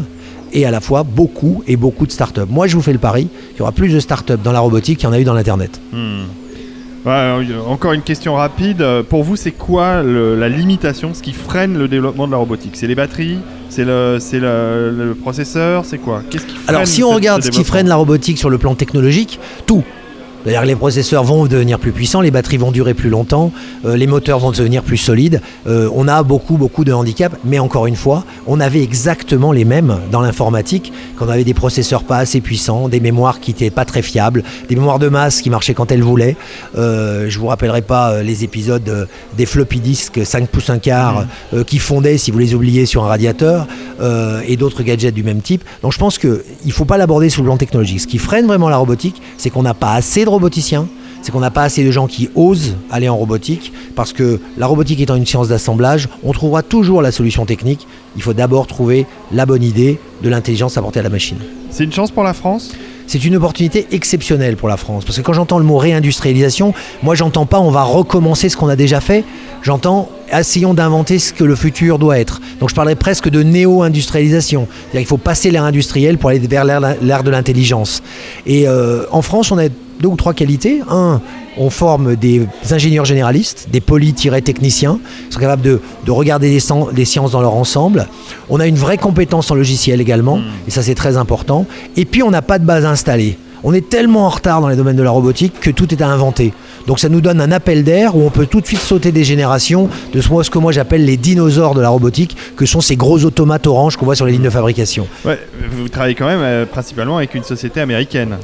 Speaker 8: et à la fois beaucoup et beaucoup de start-up. Moi, je vous fais le pari, il y aura plus de start-up dans la robotique qu'il y en a eu dans l'Internet.
Speaker 2: Ouais, euh, Encore une question rapide. Euh, Pour vous, c'est quoi le- la limitation, ce qui freine le développement de la robotique C'est les batteries, C'est le, c'est le, le processeur C'est quoi Qu'est-ce qui freine
Speaker 8: Alors si on
Speaker 2: cette-
Speaker 8: regarde ce qui
Speaker 2: développement
Speaker 8: freine la robotique sur le plan technologique, tout. C'est-à-dire que les processeurs vont devenir plus puissants, les batteries vont durer plus longtemps, euh, les moteurs vont devenir plus solides. Euh, on a beaucoup, beaucoup de handicaps, mais encore une fois, on avait exactement les mêmes dans l'informatique, qu'on avait des processeurs pas assez puissants, des mémoires qui n'étaient pas très fiables, des mémoires de masse qui marchaient quand elles voulaient. Euh, je vous rappellerai pas euh, les épisodes euh, des floppy disks 5 pouces 1 quart euh, qui fondaient si vous les oubliez sur un radiateur euh, et d'autres gadgets du même type. Donc je pense qu'il ne faut pas l'aborder sous le plan technologique. Ce qui freine vraiment la robotique, c'est qu'on n'a pas assez de roboticiens, c'est qu'on n'a pas assez de gens qui osent aller en robotique, parce que la robotique étant une science d'assemblage, on trouvera toujours la solution technique. Il faut d'abord trouver la bonne idée de l'intelligence apportée à la machine.
Speaker 2: C'est une chance pour la France
Speaker 8: C'est une opportunité exceptionnelle pour la France. Parce que quand j'entends le mot réindustrialisation, moi j'entends pas on va recommencer ce qu'on a déjà fait. J'entends essayons d'inventer ce que le futur doit être. Donc je parlerais presque de néo-industrialisation. C'est-à-dire qu'il faut passer l'ère industrielle pour aller vers l'ère- l'ère de l'intelligence. Et euh, en France, on a deux ou trois qualités. Un, on forme des ingénieurs généralistes, des poly-techniciens, qui sont capables de, de regarder les, sen- les sciences dans leur ensemble. On a une vraie compétence en logiciel également, et ça c'est très important. Et puis on n'a pas de base installée. On est tellement en retard dans les domaines de la robotique que tout est à inventer. Donc ça nous donne un appel d'air où on peut tout de suite sauter des générations de ce moi- ce que moi j'appelle les dinosaures de la robotique, que sont ces gros automates oranges qu'on voit sur les lignes de fabrication.
Speaker 2: Ouais, vous travaillez quand même euh, principalement avec une société américaine.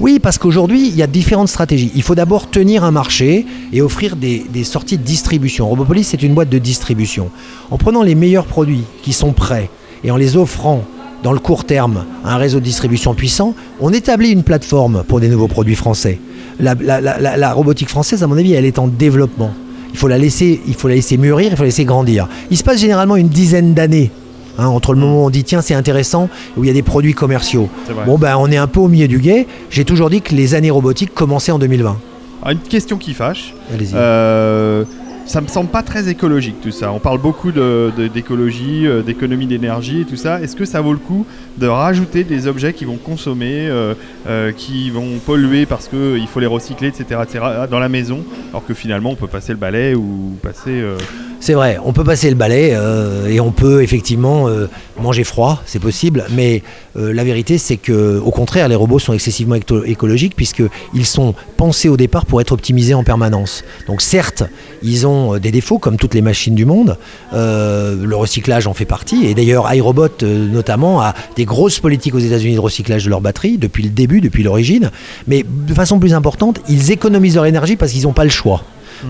Speaker 8: Oui, parce qu'aujourd'hui, il y a différentes stratégies. Il faut d'abord tenir un marché et offrir des, des sorties de distribution. Robopolis, c'est une boîte de distribution. En prenant les meilleurs produits qui sont prêts et en les offrant dans le court terme à un réseau de distribution puissant, on établit une plateforme pour des nouveaux produits français. La, la- la- la- la robotique française, à mon avis, elle est en développement. Il faut la laisser, il faut la laisser mûrir, il faut la laisser grandir. Il se passe généralement une dizaine d'années hein, entre le moment où on dit tiens c'est intéressant et où il y a des produits commerciaux.
Speaker 2: C'est vrai.
Speaker 8: Bon ben on est un peu au milieu du guet. J'ai toujours dit que les années robotiques commençaient en 2020.
Speaker 2: Alors, Ah, une question qui fâche.
Speaker 8: Allez-y.
Speaker 2: Euh, ça me semble pas très écologique tout ça. On parle beaucoup de- de- d'écologie, euh, d'économie d'énergie et tout ça. Est-ce que ça vaut le coup de rajouter des objets qui vont consommer, euh, euh, qui vont polluer parce qu'il faut les recycler, etc., etc., euh, dans la maison, alors que finalement on peut passer le balai ou passer. euh,
Speaker 8: C'est vrai, on peut passer le balai euh, et on peut effectivement euh, manger froid, c'est possible, mais euh, la vérité c'est que au contraire les robots sont excessivement éco- écologiques puisqu'ils sont pensés au départ pour être optimisés en permanence. Donc certes, ils ont euh, des défauts comme toutes les machines du monde, euh, le recyclage en fait partie, et d'ailleurs iRobot euh, notamment a des grosses politiques aux États-Unis de recyclage de leurs batteries depuis le début, depuis l'origine, mais de façon plus importante, ils économisent leur énergie parce qu'ils n'ont pas le choix.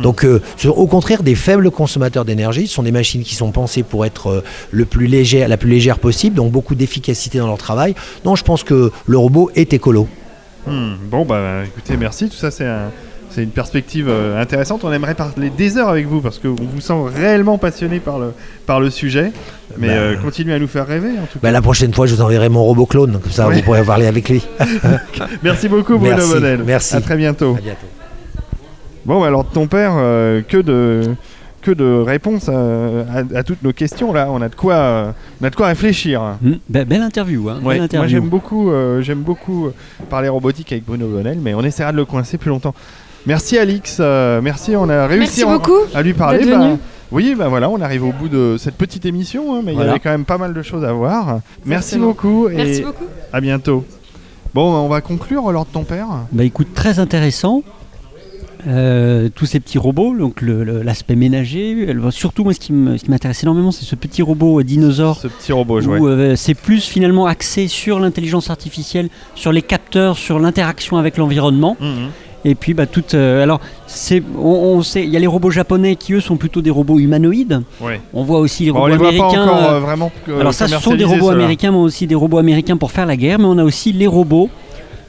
Speaker 8: Donc, euh, ce sont au contraire, des faibles consommateurs d'énergie. Ce sont des machines qui sont pensées pour être euh, le plus légère, la plus légère possible, donc beaucoup d'efficacité dans leur travail. Non, je pense que le robot est écolo.
Speaker 2: Hmm, bon, bah écoutez, merci. Tout ça, c'est un- c'est une perspective euh, intéressante. On aimerait parler des heures avec vous parce qu'on vous sent réellement passionné par le, par le sujet. Mais
Speaker 8: Bah,
Speaker 2: euh, continuez à nous faire rêver en tout cas.
Speaker 8: Ben, la prochaine fois, je vous enverrai mon robot clone, comme ça
Speaker 2: Oui.
Speaker 8: vous pourrez parler avec lui.
Speaker 2: Merci beaucoup, Bruno
Speaker 8: Merci,
Speaker 2: Bonnel.
Speaker 8: merci.
Speaker 2: À très bientôt.
Speaker 8: À bientôt.
Speaker 2: Bon, bah, alors ton père, euh, que de que de réponses euh, à, à toutes nos questions là. On a de quoi, euh, on a de quoi réfléchir.
Speaker 1: Hmm, be- belle interview, hein,
Speaker 2: Ouais,
Speaker 1: belle
Speaker 2: moi
Speaker 1: interview.
Speaker 2: j'aime beaucoup, euh, j'aime beaucoup parler robotique avec Bruno Bonnel, mais on essaiera de le coincer plus longtemps. Merci Alix, euh, merci, on a réussi
Speaker 3: Merci
Speaker 2: en-
Speaker 3: beaucoup
Speaker 2: à lui parler.
Speaker 3: d'être
Speaker 2: bah,
Speaker 3: venu.
Speaker 2: oui, bah voilà, on arrive au bout de cette petite émission, hein, mais il y
Speaker 1: Voilà.
Speaker 2: avait quand même pas mal de choses à voir. Merci
Speaker 3: Exactement.
Speaker 2: beaucoup et
Speaker 3: Merci beaucoup.
Speaker 2: à bientôt. Bon, on va conclure Lord ton père.
Speaker 1: Bah écoute, très intéressant. Euh, tous ces petits robots, donc le- le- l'aspect ménager, euh, surtout moi ce qui me- ce qui m'intéresse énormément, c'est ce petit robot euh, dinosaure
Speaker 2: Ce petit robot, je
Speaker 1: où euh, c'est plus finalement axé sur l'intelligence artificielle, sur les capteurs, sur l'interaction avec l'environnement.
Speaker 2: Mm-hmm.
Speaker 1: Et puis bah toute, euh, alors c'est, on, on sait, il y a les robots japonais qui eux sont plutôt des robots humanoïdes.
Speaker 2: Ouais.
Speaker 1: On voit aussi les
Speaker 2: Bon, on
Speaker 1: robots
Speaker 2: les voit pas
Speaker 1: américains.
Speaker 2: encore
Speaker 1: euh,
Speaker 2: euh, vraiment. euh,
Speaker 1: alors ça, ce sont des
Speaker 2: commercialisés,
Speaker 1: robots
Speaker 2: ceux-là.
Speaker 1: américains, mais aussi des robots américains pour faire la guerre, mais on a aussi les robots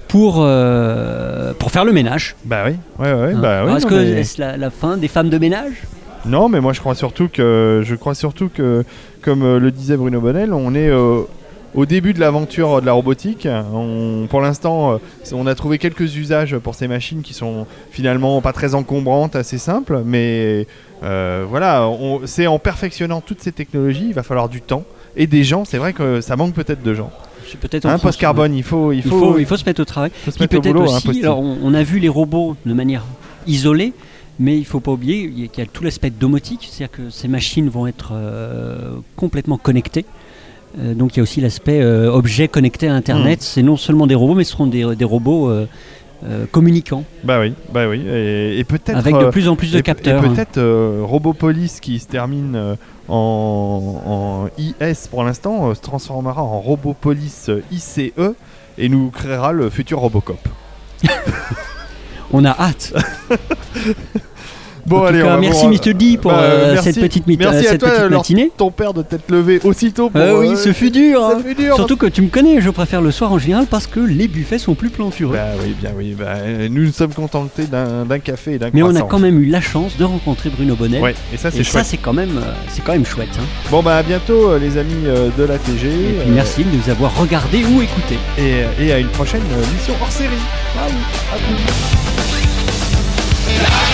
Speaker 1: pour, euh, pour faire le ménage.
Speaker 2: Bah oui, ouais, ouais,
Speaker 1: hein.
Speaker 2: bah,
Speaker 1: Alors,
Speaker 2: oui,
Speaker 1: Est-ce
Speaker 2: non,
Speaker 1: que
Speaker 2: mais...
Speaker 1: est-ce la, la fin des femmes de ménage
Speaker 2: non, mais moi je crois surtout que, je crois surtout que, comme euh, le disait Bruno Bonnel, on est euh, au début de l'aventure euh, de la robotique. On, pour l'instant, euh, on a trouvé quelques usages pour ces machines qui sont finalement pas très encombrantes, assez simples, mais euh, voilà, on- c'est en perfectionnant toutes ces technologies, il va falloir du temps et des gens. C'est vrai que ça manque peut-être de gens.
Speaker 1: C'est peut-être en
Speaker 2: Un
Speaker 1: France,
Speaker 2: post carbone, il faut, Hein, il
Speaker 1: Il
Speaker 2: faut,
Speaker 1: faut, il faut se mettre au travail.
Speaker 2: faut se
Speaker 1: Puis
Speaker 2: mettre au
Speaker 1: peut-être
Speaker 2: boulot. hein,
Speaker 1: aussi,
Speaker 2: post-it.
Speaker 1: alors on, on a vu les robots de manière isolée, mais il faut pas oublier qu'il y a- qu'il y a tout l'aspect domotique, c'est-à-dire que ces machines vont être euh, complètement connectées. Euh, donc il y a aussi l'aspect euh, objet connecté à
Speaker 2: Hmm.
Speaker 1: Internet. C'est non seulement des robots, mais ce seront des, des robots euh, euh, communicants,
Speaker 2: Bah oui, bah oui. Et, et peut-être.
Speaker 1: avec de
Speaker 2: euh,
Speaker 1: plus en plus de
Speaker 2: et-
Speaker 1: capteurs. hein.
Speaker 2: Et peut-être euh, Robopolis qui se termine euh, en, en IS pour l'instant euh, se transformera en Robopolis euh, ICE et nous créera le futur Robocop.
Speaker 1: On a hâte.
Speaker 2: Bon,
Speaker 1: En tout
Speaker 2: allez,
Speaker 1: cas,
Speaker 2: on va
Speaker 1: merci
Speaker 2: vous-
Speaker 1: Mr. D pour
Speaker 2: Bah,
Speaker 1: euh,
Speaker 2: merci.
Speaker 1: cette petite, mit-
Speaker 2: Merci
Speaker 1: euh,
Speaker 2: à
Speaker 1: cette
Speaker 2: toi,
Speaker 1: petite
Speaker 2: Laure.
Speaker 1: matinée.
Speaker 2: Ton père de t'être levé aussitôt pour.
Speaker 1: Euh, oui,
Speaker 2: euh,
Speaker 1: ce fut dur.
Speaker 2: ça
Speaker 1: hein.
Speaker 2: fut dur.
Speaker 1: Surtout que tu me connais, je préfère le soir en général parce que les buffets sont plus plantureux.
Speaker 2: Bah oui, bien oui. Bah, euh, nous nous sommes contentés d'un d'un café et d'un
Speaker 1: mais on a
Speaker 2: croissant.
Speaker 1: quand même eu la chance de rencontrer Bruno Bonnet.
Speaker 2: Ouais, et ça c'est
Speaker 1: Et ça,
Speaker 2: chouette.
Speaker 1: c'est quand même, euh, c'est quand même chouette. hein.
Speaker 2: Bon bah à bientôt euh, les amis euh, de la TG.
Speaker 1: Et puis
Speaker 2: euh,
Speaker 1: merci de nous avoir regardés ou écoutés.
Speaker 2: et, et à une prochaine euh, mission hors série. Ciao. À plus.